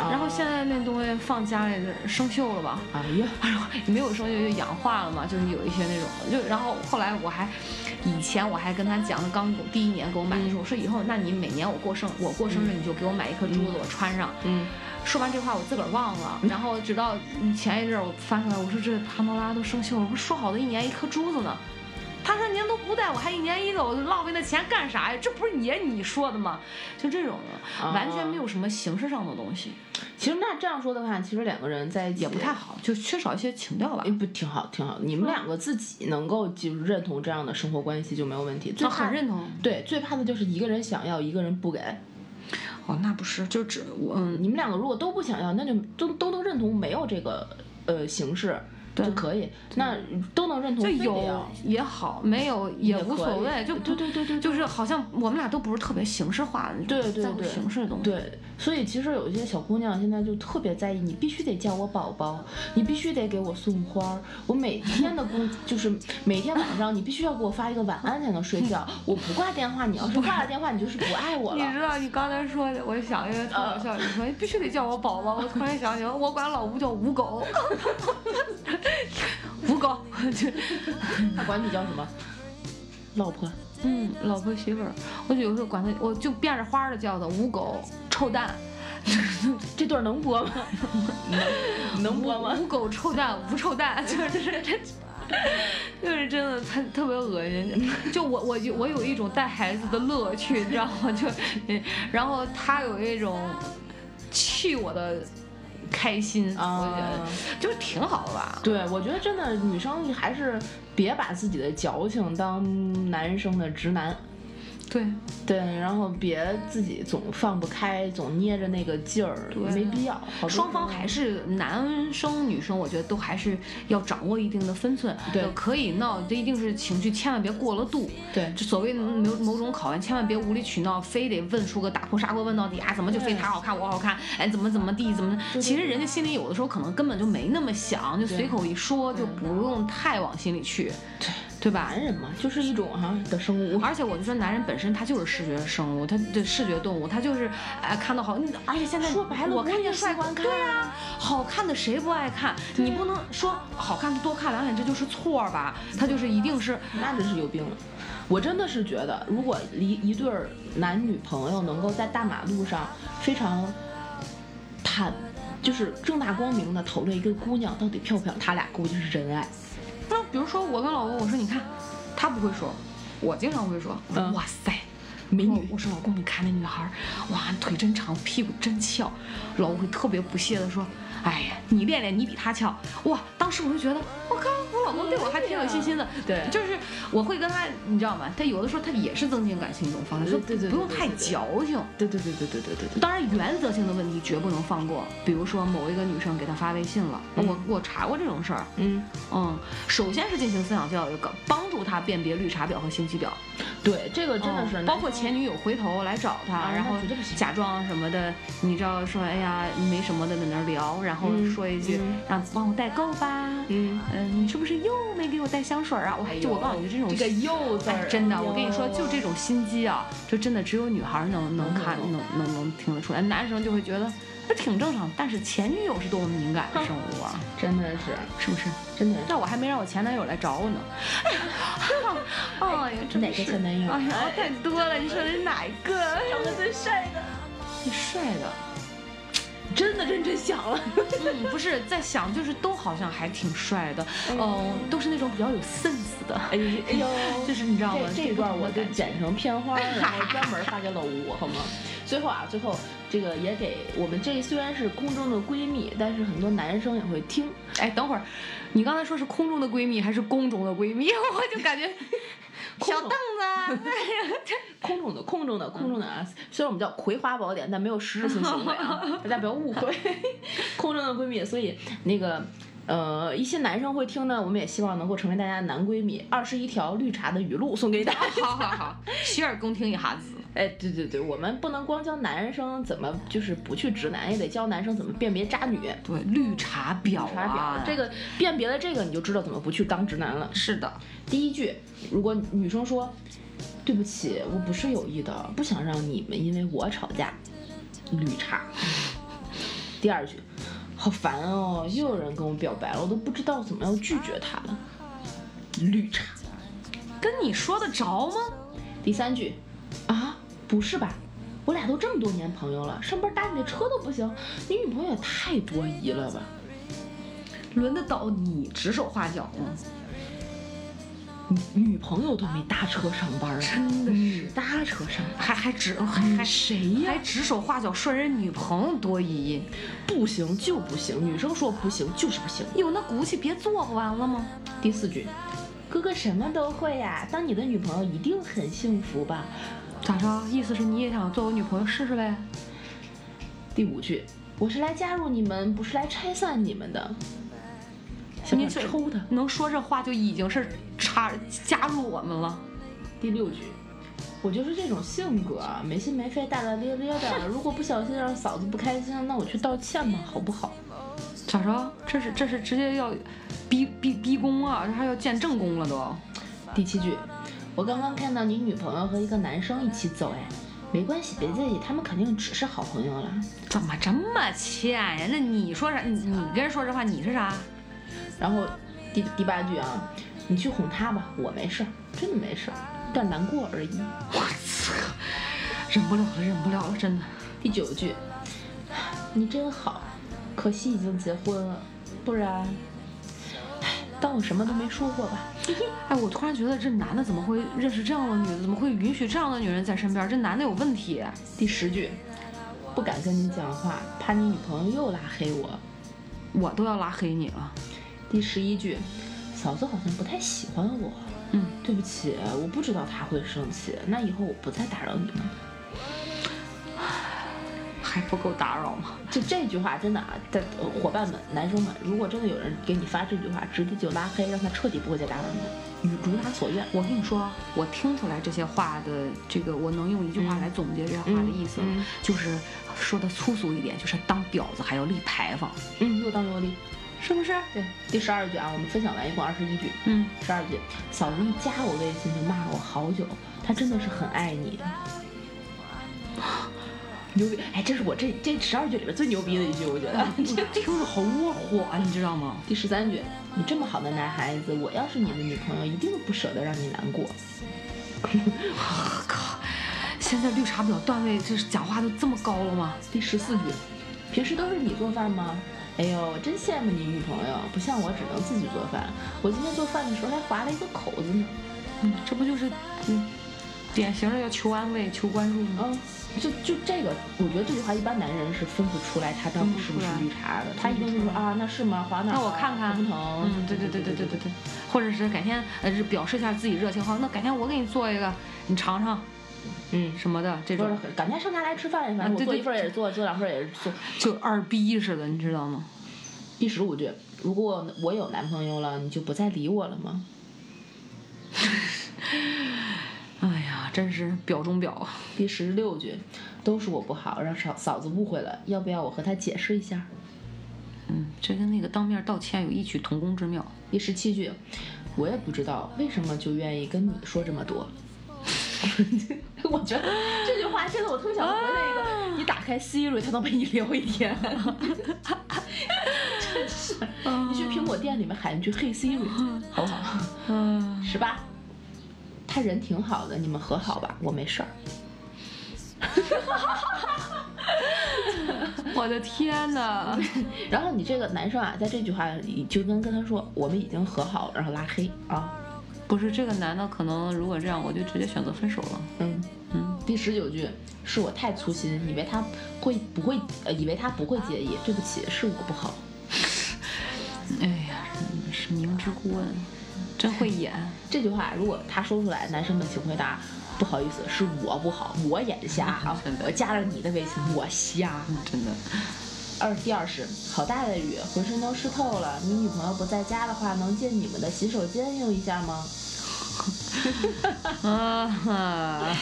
然后现在那东西放家里生锈了吧？哎呀，哦哎呦， 没有生就就氧化了嘛，就是有一些那种，就然后后来我还，以前我还跟他讲，刚第一年给我买的时候，我说以后那你每年我过生我过生日你就给我买一颗珠子，我穿上。嗯，说完这话我自个儿忘了，然后直到前一阵儿我翻出来，我说这潘多拉都生锈了，我说说好的一年一颗珠子呢。他说您都不带，我还一年一个，我浪费那钱干啥呀？这不是也你说的吗？就这种的，完哦全没有什么形式上的东西，其实那这样说的话，其实两个人在一起也不太。好，就缺少一些情调吧哎，。不挺好，挺好。你们两个自己能够就是认同这样的生活关系就没有问题。最我怕哦很认同。对，最怕的就是一个人想要，一个人不给。哦，那不是，就只我嗯，你们两个如果都不想要，那就都都能认同没有这个呃形式对就可以。那都能认同就非得有要也好，没有也也无可所以谓，就对对对对就是好像我们俩都不是特别形式化的那种，对对在乎对形式的东西。对，所以其实有一些小姑娘现在就特别在意，你必须得叫我宝宝，你必须得给我送花儿，我每天的工 就是每天晚上你必须要给我发一个晚安才能睡觉，我不挂电话，你要是挂了电话，你就是不爱我你知了。道你刚才说的，我就想一个特搞嗯笑，你说必须得叫我宝宝，我突然想起来，我管老吴叫吴狗， 吴狗，就他管你叫什么？老婆。嗯，老婆媳妇儿，我就有时候管他，我就变着花儿的叫他吴狗、臭蛋、这段能播吗？ 能能播吗无？狗臭蛋，无臭蛋，就是这。就是真的，他特别恶心。就我，我就我有一种带孩子的乐趣，你知道吗？ 就，然后他有一种气我的开心，我觉啊得就是挺好的吧。对，我觉得真的女生还是别把自己的矫情当男生的直男。对，对，然后别自己总放不开，总捏着那个劲儿，对没必要。好多双时方候还是男生女生，我觉得都还是要掌握一定的分寸。对呃可以闹，这一定是情绪，千万别过了度。对就所谓的某哦某种考验，千万别无理取闹，非得问出个打破砂锅问到底啊，怎么就非他好看我好看？哎，怎么怎么地怎么对对的？其实人家心里有的时候可能根本就没那么想，就随口一说，就不用太往心里去，对对吧？男人嘛，就是一种哈、的生物。而且我就说，男人本身他就是视觉生物，他的视觉动物，他就是哎看到好，嗯而且现在哎说白了我我看也见帅喜欢看哥，对啊，好看的谁不爱看？你不能说好看的多看两眼，这就是错儿吧？他就是一定是啊那真是有病了。我真的是觉得，如果一一对儿男女朋友能够在大马路上非常坦，就是正大光明的讨论一个姑娘到底漂不漂亮，他俩估计是真爱。不是，比如说我跟老公，我说你看，他不会说，我经常会说，嗯哇塞。美女我我说老公，你看那女孩儿，哇，腿真长，屁股真翘。老公会特别不屑的说：“哎呀，你练练，你比她翘。”哇，当时我就觉得，我靠，我老公对我还挺有信心的。对啊就是我会跟他，你知道吗？他有的时候他也是增进感情一种方对式，说对对对不用对太对对矫情。对对对对对对对对。当然，原则性的问题绝不能放过，比如说某一个女生给他发微信了，嗯我我查过这种事儿，嗯，嗯，首先是进行思想教育，搞帮助他辨别绿茶婊和心机婊，对，这哦个真的是、嗯包括前女友回头来找他，啊然后那绝对不行假装什么的，你知道说哎呀没什么的在那儿聊，然后嗯说一句、嗯让帮我代购吧，嗯，嗯，你是不是又没给我带香水儿啊？我哎还呦就我告诉你这种这个又字哎儿，真的，哎呦我跟你说，就这种心机啊，就真的只有女孩儿能能能看懂能能能听得出来，男生就会觉得这挺正常，但是前女友是多么敏感的生物啊，真的是，是不是？真的那我还没让我前男友来找我呢。是。啊哎呀，哎呀，真的哪个是前男友？哎呀，太多了！你说的是哪一个？长得最帅的，最帅的？真的认真想了。 嗯，不是在想，就是都好像还挺帅的，嗯，都是那种比较有 sense 的， 哎呦，哎呦就是你知道吗？这这一段我 得得剪成片花，然后专门发给老吴，好吗？最后啊，最后这个也给我们这虽然是空中的闺蜜，但是很多男生也会听。哎，等会儿，你刚才说是空中的闺蜜还是宫中的闺蜜？ 我就感觉空小中凳子 啊，空中的，空中的，空中的啊！虽然我们叫《葵花宝典》，但没有实质性行为啊，大家不要误会。 空中的闺蜜，所以那个呃，一些男生会听呢，我们也希望能够成为大家的男闺蜜。二十一条绿茶的语录送给大家。 好好好，洗耳恭听一下子。哎，对对对，我们不能光教男生怎么就是不去直男，也得教男生怎么辨别渣女。对，绿茶婊查啊表，，这个辨别了这个，你就知道怎么不去当直男了。是的，第一句，如果女生说：“对不起，我不是有意的，不想让你们因为我吵架。”绿茶。 第二句，好烦哦，又有人跟我表白了，我都不知道怎么样拒绝他了。绿茶。跟你说得着吗？第三句，啊，不是吧？我俩都这么多年朋友了，上班搭你的车都不行，你女朋友也太多疑了吧？轮得到你指手画脚吗？女朋友都没搭车上班啊，真的你搭车上班。还还指还还哦谁呀还指手画脚，说人女朋友多疑，不行就不行，女生说不行就是不行。有那骨气别做不完了吗？第四句，哥哥什么都会呀、当你的女朋友一定很幸福吧。咋着？意思是你也想做我女朋友试试呗？第五句，我是来加入你们，不是来拆散你们的。想你想这抽他。能说这话就已经是插加入我们了。第六句，我就是这种性格，啊没心没肺、大大咧咧的。如果不小心让嫂子不开心，那我去道歉吧，好不好？咋着？这是这是直接要逼逼逼宫啊，这还要见正宫了都。第七句，我刚刚看到你女朋友和一个男生一起走，哎，没关系，别介意，他们肯定只是好朋友了。怎么这么欠呀？那你说啥？你你跟人说这话，你是啥？ 然后第第八句啊，你去哄她吧，我没事儿，真的没事儿，有点难过而已。我操！忍不了了，忍不了了，真的。第九句，你真好，可惜已经结婚了，不然，唉当我什么都没说过吧。哎，我突然觉得这男的怎么会认识这样的女的？怎么会允许这样的女人在身边？这男的有问题。第十句，不敢跟你讲话，怕你女朋友又拉黑我。我都要拉黑你了。第十一句，嫂子好像不太喜欢我。嗯，对不起，我不知道她会生气，那以后我不再打扰你了。还不够打扰吗？就这句话真的啊，在呃伙伴们、男生们，如果真的有人给你发这句话，直接就拉黑，让他彻底不会再打扰你，如他所愿。我跟你说，我听出来这些话的这个，我能用一句话来总结这些话的意思了，嗯嗯嗯就是说的粗俗一点，就是当婊子还要立牌 坊，嗯，又当萝莉。是不是？对，第十二句啊，我们分享完一共二十一句，嗯，十二句，嫂子一加我微信就骂我好久，她真的是 很爱你。牛逼！哎，这是我这这十二句里边最牛逼的一句，我觉得。 哎听着好窝火啊，你知道吗？第十三句，你这么好的男孩子，我要是你的女朋友，一定不舍得让你难过。我靠，现在绿茶婊段位就是讲话都这么高了吗？第十四句，平时都是你做饭吗？哎呦，我真羡慕你女朋友，不像我只能自己做饭。我今天做饭的时候还划了一个口子呢。嗯，这不就是嗯，典型的要求安慰、求关注吗？嗯，就就这个，我觉得这句话一般男人是分不出来他到底是不是绿茶的，他一定是说啊，那是吗？划哪儿啊？那我看看疼不疼？嗯嗯，对对对对对对对，或者是改天呃是表示一下自己热情，好，那改天我给你做一个，你尝尝嗯。什么的这不种是。，改天上家来吃饭，反啊正我对做对一份儿也是做，做两份儿也是做。就二逼似的，你知道吗？ 第十五句，如果我有男朋友了，你就不再理我了吗？哎呀，真是表中表啊！第十六句，都是我不好，让嫂嫂子误会了，要不要我和她解释一下？嗯，这跟那个当面道歉有异曲同工之妙。第十七句，我也不知道为什么就愿意跟你说这么多。 我觉得这句话真的，我特别想回那个，你打开 Siri，它能陪你聊一天。 真是，你去苹果店里面喊一句“嘿 Siri”，好不好？嗯，十八，他人挺好的，你们和好吧，我没事儿。 我的天哪！ 然后你这个男生啊，在这句话里就跟跟他说，我们已经和好了，然后拉黑啊，不是这个男的，可能如果这样，我就直接选择分手了。嗯。嗯，第十九句是我太粗心，以为他会不会，呃，以为他不会介意。对不起，是我不好。哎呀，真是明知故问，真会演。这句话如果他说出来，男生们请回答。不好意思，是我不好，我眼瞎啊！我加了你的微信，我瞎。嗯真的， 二第二是好大的雨，浑身都湿透了。你女朋友不在家的话，能借你们的洗手间用一下吗？啊哈，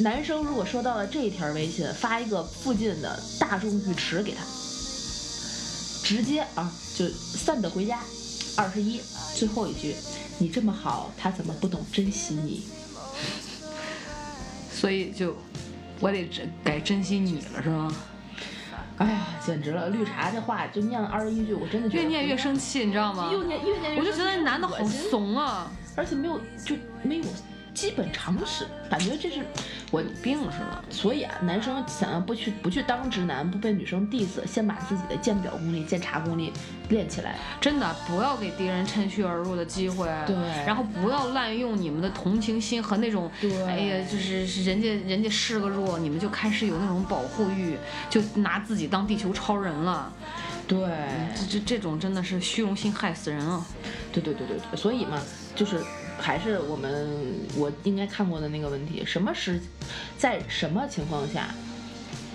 男生如果收到了这一条微信，发一个附近的大众浴池给他，直接啊就散得回家。二十一，最后一句，你这么好，他怎么不懂珍惜你？所以就我得珍该珍惜你了，是吗？哎呀，简直了！绿茶这话就念了二十一句，我真的觉得越念越生气，你知道吗？越念越啊念越我就觉得生气男的好恶心怂啊，而且没有就没有基本常识，感觉这是我。有病似的。所以啊，男生想要不去不去当直男，不被女生 diss，先把自己的鉴表功力、鉴察功力练起来。真的不要给敌人趁虚而入的机会，对然后不要滥用你们的同情心和那种，对哎呀，就是是人家人家示个弱，你们就开始有那种保护欲，就拿自己当地球超人了，对，这这这种真的是虚荣心害死人啊！对对对对对。所以嘛，就是还是我们我应该看过的那个问题，什么时，在什么情况下？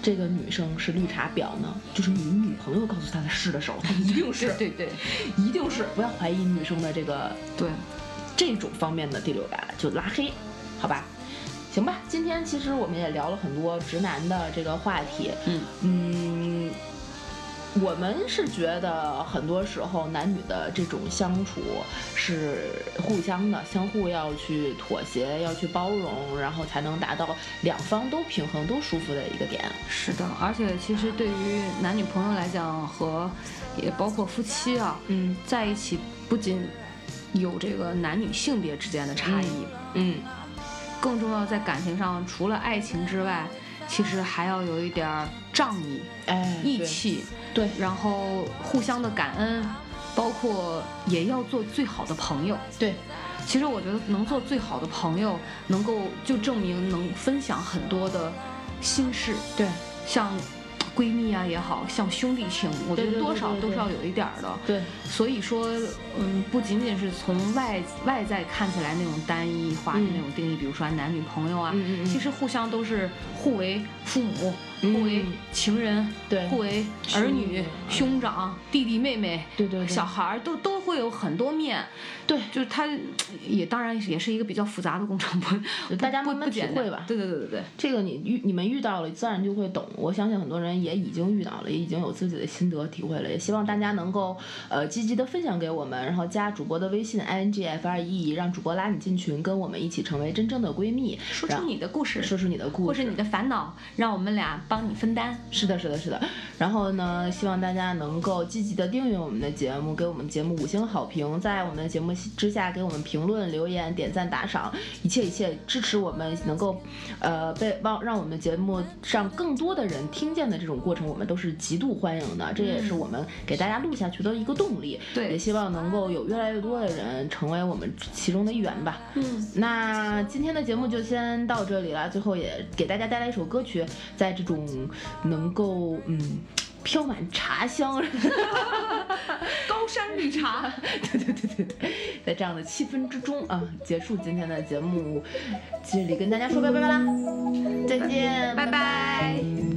这个女生是绿茶婊呢，就是你女朋友告诉她的是的时候，她一定是，对对一定是，不要怀疑女生的这个对，这种方面的第六感就拉黑，好吧？行吧，今天其实我们也聊了很多直男的这个话题，嗯，嗯，我们是觉得很多时候男女的这种相处是互相的，相互要去妥协，要去包容，然后才能达到两方都平衡、都舒服的一个点。是的，而且其实对于男女朋友来讲，和也包括夫妻啊，嗯在一起不仅有这个男女性别之间的差异。嗯，更重要，在感情上，除了爱情之外，其实还要有一点儿仗义、哎，义气，对，然后互相的感恩，包括也要做最好的朋友。对其实我觉得能做最好的朋友，能够就证明能分享很多的心事，对像闺蜜啊也好像兄弟情，我觉对得对多对少对都对是要有一点儿的。对所以说，嗯，不仅仅是从外外在看起来那种单一化的嗯那种定义，比如说男女朋友啊，嗯嗯嗯其实互相都是互为父母、嗯互为情人、对互为儿女、兄兄长、弟弟妹妹、对对对小孩儿都都会有很多面，对就是它也当然也是一个比较复杂的工程，不大家不慢慢不简体会单吧对对对对对，这个你遇你们遇到了，自然就会懂。我相信很多人也已经遇到了，也已经有自己的心得体会了。也希望大家能够呃积极的分享给我们，然后加主播的微信 i n g f r e，让主播拉你进群，跟我们一起成为真正的闺蜜，说然出后你的故事，说出你的故或事，是你的烦恼，让我们俩帮你分担。是的，是的，是的。然后呢，希望大家能够积极的订阅我们的节目，给我们节目五星好评，在我们的节目之下给我们评论、留言、点赞、打赏，一切一切支持我们能够，呃，被让让我们的节目让更多的人听见的这种过程，我们都是极度欢迎的。这也是我们给大家录下去的一个动力。对也希望能够有越来越多的人成为我们其中的一员吧。嗯，那今天的节目就先到这里了，最后也给大家带来一首歌曲，在这种能够嗯飘满茶香， 高山绿茶。对对对对对，在这样的气氛之中啊，结束今天的节目，这里跟大家说拜拜啦，再见，拜拜。